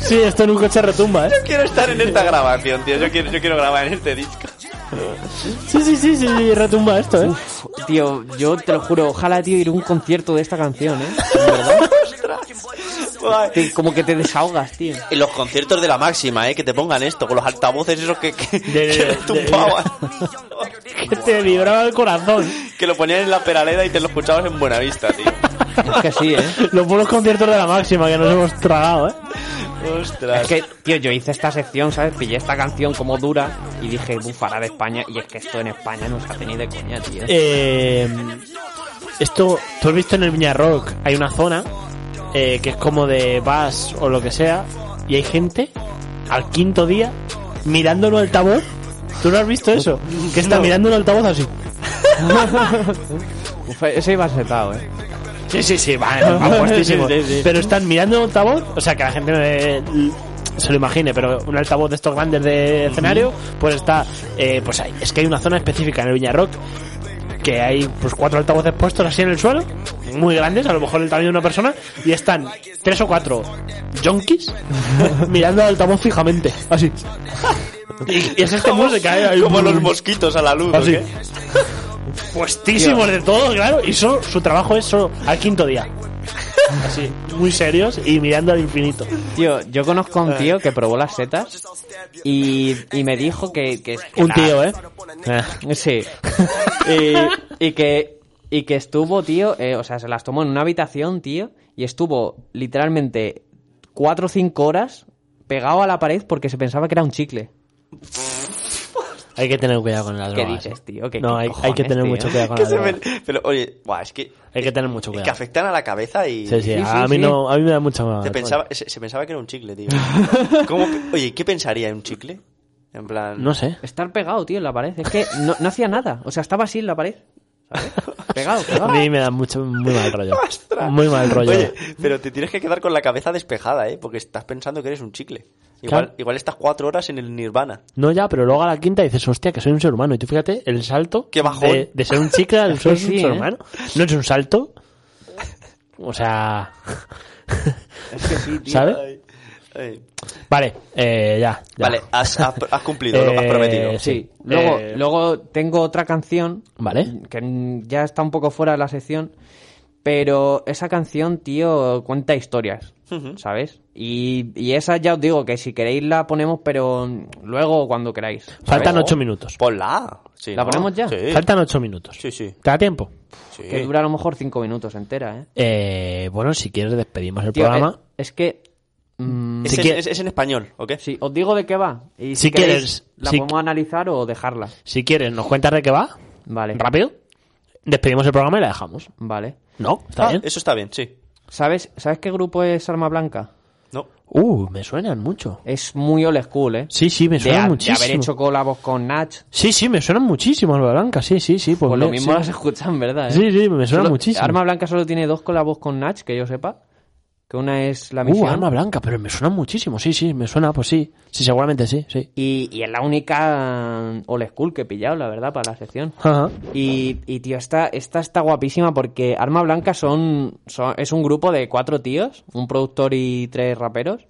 Sí, esto en un coche retumba, ¿eh?
Quiero estar en esta grabación, tío. Yo quiero, yo quiero grabar en este disco.
Sí, sí, sí, sí, sí, retumba esto, ¿eh?
Tío, yo te lo juro, ojalá, tío, ir a un concierto de esta canción, ¿eh?
Ostras.
Te- como que te desahogas, tío.
Y los conciertos de la máxima, ¿eh? Que te pongan esto, con los altavoces esos que, que, que
de-
tumbaban.
Que te libraba el corazón.
que lo ponían en la peraleda y te lo escuchabas en buena vista, tío.
Es que sí, ¿eh?
Los buenos conciertos de la máxima que nos hemos tragado, ¿eh?
Ostras.
Es que, tío, yo hice esta sección, ¿sabes? Pillé esta canción como dura y dije, bufará de España. Y es que esto en España no se hace ni de coña, tío.
Eh, esto, tú has visto en el Viña Rock, hay una zona eh, que es como de bus o lo que sea, y hay gente al quinto día mirando un altavoz. ¿Tú no has visto eso? Que está mirando un altavoz así.
Uf, ese iba setado, ¿eh?
Sí, sí, sí, va puestísimo.
Sí, sí, sí.
Pero están mirando un altavoz, o sea, que la gente eh, l- se lo imagine, pero un altavoz de estos grandes de escenario, pues está, eh, pues hay, es que hay una zona específica en el Viña Rock que hay pues cuatro altavoces puestos así en el suelo, muy grandes, a lo mejor el tamaño de una persona, y están tres o cuatro junkies mirando al altavoz fijamente,
Ah,
así. Y, y es esta música, ¿eh? Ahí,
Como
bum,
los mosquitos a la luz, ¿o
Así.
qué?
Ah, Puestísimos de todo, claro. Y solo, su trabajo es solo al quinto día. Así, muy serios y mirando al infinito.
Tío, yo conozco a un tío que probó las setas y, y me dijo que... que- que
Un
la-
tío, ¿eh?
Sí. y, y que, y que estuvo, tío, eh, o sea, se las tomó en una habitación, tío, y estuvo literalmente cuatro o cinco horas pegado a la pared porque se pensaba que era un chicle.
Hay que tener cuidado con las
¿Qué
drogas.
dices,
eh.
tío? ¿Qué-
no,
qué
hay,
cojones,
hay que tener
tío?
mucho cuidado con
Que
las
se
drogas.
ven- Pero, oye, buah, es que...
Hay que tener mucho
Es
cuidado.
que afectan a la cabeza y...
Sí, sí, a
sí,
mí
sí.
no, a mí me da mucha mala.
Te pensaba, se, se pensaba que era un chicle, tío. ¿Cómo que- oye, ¿qué pensaría un chicle? En plan...
No sé.
Estar pegado, tío, en la pared. Es que no, no hacía nada. O sea, estaba así en la pared. ¿sabes? Pegado,
A
pegado.
mí me da mucho, muy mal rollo.
Ostras.
Muy mal rollo.
Oye, pero te tienes que quedar con la cabeza despejada, ¿eh? Porque estás pensando que eres un chicle. Igual,
Claro.
igual estás cuatro horas en el nirvana.
No ya, pero luego a la quinta dices, hostia, que soy un ser humano. Y tú fíjate el salto
Qué bajón.
De, de ser un chicle al ser
que
un
sí,
ser
¿eh?
humano. No es un salto. O sea... ¿Sabes?
Ay, ay.
Vale, eh, ya, ya.
Vale,
ah.
has, has- has cumplido lo que has
Eh,
prometido.
Sí. Luego,
Eh,
luego tengo otra canción.
Vale.
Que mm, ya está un poco fuera de la sección. Pero esa canción, tío, cuenta historias. ¿Sabes? Y, y esa ya os digo que si queréis la ponemos, pero mm, luego cuando queráis. ¿sabes?
Faltan ocho minutos.
Ponla. Sí,
¿La
¿no?
ponemos ya?
Sí.
Faltan ocho minutos.
Sí, sí.
¿Te da tiempo?
sí.
Que dura a lo mejor cinco minutos entera, ¿eh?
Eh, bueno, si quieres despedimos el
Tío, eh.
programa.
Es, es que. mm,
Es,
Si
en-
quieres-
es- es en español, ¿ok?
sí, os digo de qué va. Y si,
Si
queréis,
quieres,
La
si-
podemos analizar o dejarla.
Si quieres, nos cuentas de qué va.
Vale.
Rápido. Despedimos el programa y la dejamos.
Vale.
¿No? ¿Está
Ah,
bien?
eh.
Eso está bien, sí.
¿Sabes, ¿Sabes qué grupo es Arma Blanca?
No.
Uh, me suenan mucho.
Es muy old school, ¿eh?
Sí, sí, me
de,
suenan
ha- de
muchísimo.
haber hecho colabos con Nach.
Sí, sí, me suenan muchísimo Alba Blanca. Sí, sí, sí. Pues,
Pues lo
me-
mismo
sí.
las escuchan, ¿verdad? eh?
Sí, sí, me suena
Solo-
muchísimo.
Arma Blanca solo tiene dos colabos con Nach, que yo sepa. Que una es la misión.
Uh, Arma Blanca, pero me suena muchísimo. Sí, sí, me suena, pues sí. Sí, seguramente sí, sí.
y, y es la única mm, old school que he pillado, la verdad, para la sección.
Ajá.
Y, y, tío, esta, esta está guapísima porque Arma Blanca son, son- es un grupo de cuatro tíos, un productor y tres raperos.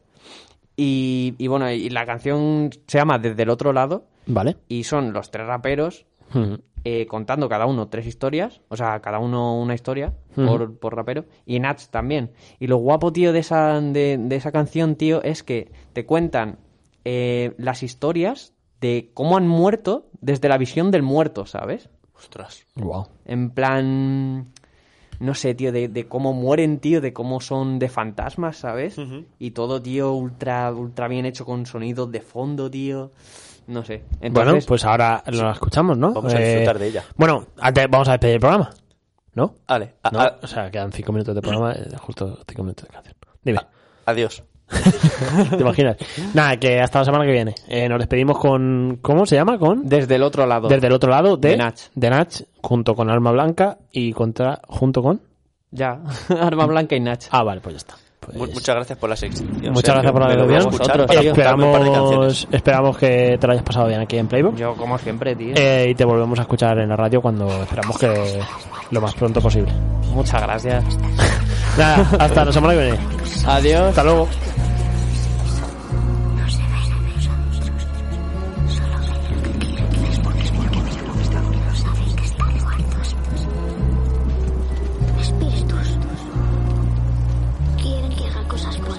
Y, y bueno, y la canción se llama Desde el otro lado.
Vale.
Y son los tres raperos
Mm.
eh, contando cada uno tres historias, o sea, cada uno una historia por, por rapero, y Nats también. Y lo guapo, tío, de esa, de, de esa canción, tío, es que te cuentan eh, las historias de cómo han muerto desde la visión del muerto, ¿sabes?
Ostras.
Wow.
En plan. No sé, tío, de, de cómo mueren, tío, de cómo son de fantasmas, ¿sabes? Y todo, tío, ultra, ultra bien hecho con sonidos de fondo, tío. No sé.
Bueno,
Entonces,
pues ahora lo escuchamos, ¿no? Eh,
Vamos a disfrutar de ella.
Bueno, antes vamos a despedir el programa, ¿no?
Vale. a-
¿No?
a-
o sea, quedan cinco minutos de programa, eh, justo cinco minutos de canción. Dime,
Ah. adiós.
¿te imaginas? Nada, que hasta la semana que viene. Eh, nos despedimos con... ¿Cómo se llama? Con...
desde el otro lado.
Desde el otro lado de...
De Nach.
de Nach, junto con Alma Blanca y contra... junto con...
Ya, Arma Blanca y Nach.
Ah, vale, pues ya está. Pues-
Mu- Muchas gracias por la sección.
Muchas gracias por la
grabación. Vosotros, tío.
Esperamos, esperamos que te lo hayas pasado bien aquí en Playbook.
Yo, como siempre, tío.
Eh, y te volvemos a escuchar en la radio cuando esperamos que lo más pronto posible.
Muchas gracias.
Nada, hasta la semana que viene.
Adiós.
Hasta luego.
Quieren que haga cosas por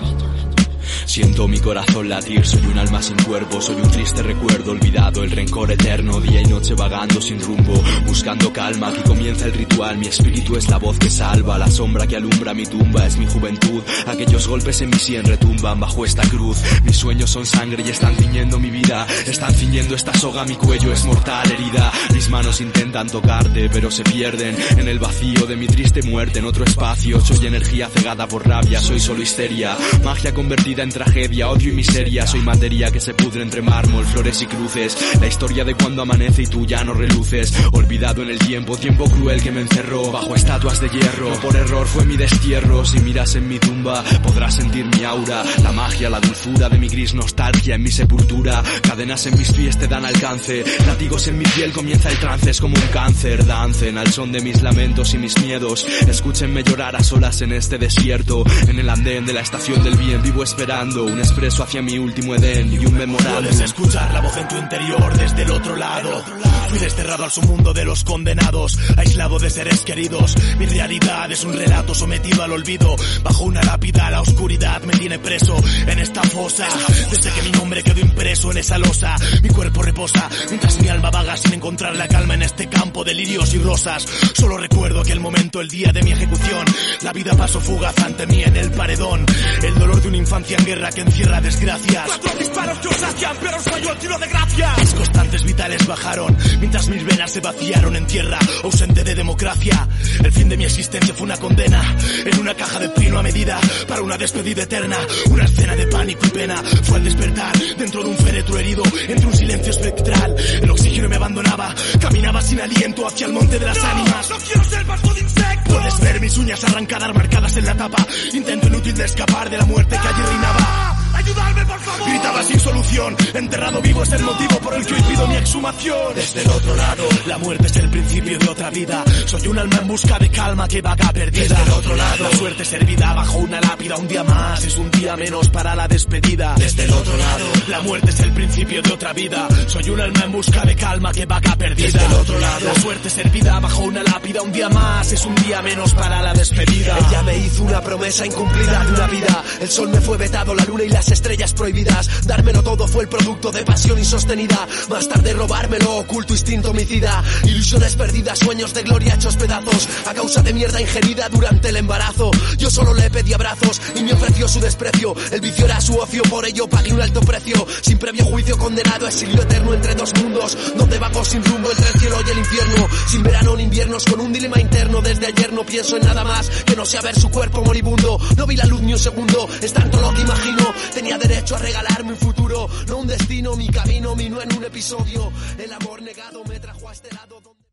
mi corazón latir. Soy un alma sin cuerpo, soy un triste recuerdo olvidado, el rencor eterno, día y noche vagando sin rumbo, buscando calma. Aquí comienza el ritual, mi espíritu es la voz que salva, la sombra que alumbra mi tumba, es mi juventud. Aquellos golpes en mi sien retumban bajo esta cruz. Mis sueños son sangre y están ciñendo mi vida, están ciñendo esta soga, mi cuello es mortal herida. Mis manos intentan tocarte, pero se pierden en el vacío de mi triste muerte en otro espacio. Soy energía cegada por rabia, soy solo histeria, magia convertida en tragedia, odio y miseria. Soy materia que se pudre entre mármol, flores y cruces. La historia de cuando amanece y tú ya no reluces. Olvidado en el tiempo, tiempo cruel que me encerró bajo estatuas de hierro. Por error fue mi destierro. Si miras en mi tumba, podrás sentir mi aura, la magia, la dulzura de mi gris nostalgia en mi sepultura. Cadenas en mis pies te dan alcance, látigos en mi piel comienza el trance, es como un cáncer. Dancen al son de mis lamentos y mis miedos. Escúchenme llorar a solas en este desierto, en el andén de la estación del bien. Vivo esperando un expreso hacia mi último edén y un
Puedes
memorándum.
escuchar la voz en tu interior desde el otro lado. Fui desterrado al submundo de los condenados, aislado de seres queridos. Mi realidad es un relato sometido al olvido. Bajo una lápida la oscuridad me tiene preso en esta fosa. Desde que mi nombre quedó impreso en esa losa, mi cuerpo reposa mientras mi alma vaga sin encontrar la calma en este campo de lirios y rosas. Solo recuerdo aquel momento, el día de mi ejecución. La vida pasó fugaz ante mí en el paredón. El dolor de una infancia en guerra que encierra desgracias. Cuatro disparos que os hacían, pero os falló el tiro de gracia. Mis constantes vitales bajaron, mientras mis venas se vaciaron en tierra, ausente de democracia. El fin de mi existencia fue una condena, en una caja de pino a medida, para una despedida eterna. Una escena de pánico y pena fue al despertar, dentro de un féretro herido, entre un silencio espectral. El oxígeno me abandonaba, caminaba sin aliento hacia el monte de las ánimas. Puedes ver mis uñas arrancadas marcadas en la tapa. Intento inútil de escapar de la muerte que allí reinaba. ¡Ayudarme, por favor! Gritaba sin solución. Enterrado vivo es el motivo por el que hoy pido mi exhumación. Desde el otro lado, la muerte es el principio de otra vida. Soy un alma en busca de calma que vaga perdida. Desde el otro lado, la suerte servida bajo una lápida. Un día más es un día menos para la despedida. Desde el otro lado, la muerte es el principio de otra vida. Soy un alma en busca de calma que vaga perdida. Desde el otro lado, la suerte servida bajo una lápida. Un día más es un día menos para la despedida.
Ella me hizo una promesa incumplida de una vida. El sol me fue vetado, la luna y las estrellas prohibidas. Dármelo todo fue el producto de pasión insostenida. Más tarde robármelo, oculto instinto homicida. Ilusiones perdidas, sueños de gloria hechos pedazos. A causa de mierda ingerida durante el embarazo. Yo solo le pedí abrazos y me ofreció su desprecio. El vicio era su ocio, por ello pagué un alto precio. Sin previo juicio condenado, exilio eterno entre dos mundos. Donde vagos sin rumbo entre el cielo y el infierno. Sin verano ni inviernos, con un dilema interno. Desde ayer no pienso en nada más que no sea ver su cuerpo moribundo. No vi la luz ni un segundo, es tanto lo que imagino. Tenía derecho a regalarme un futuro, no un destino, mi camino, mi no en un episodio. El amor negado me trajo a este lado donde...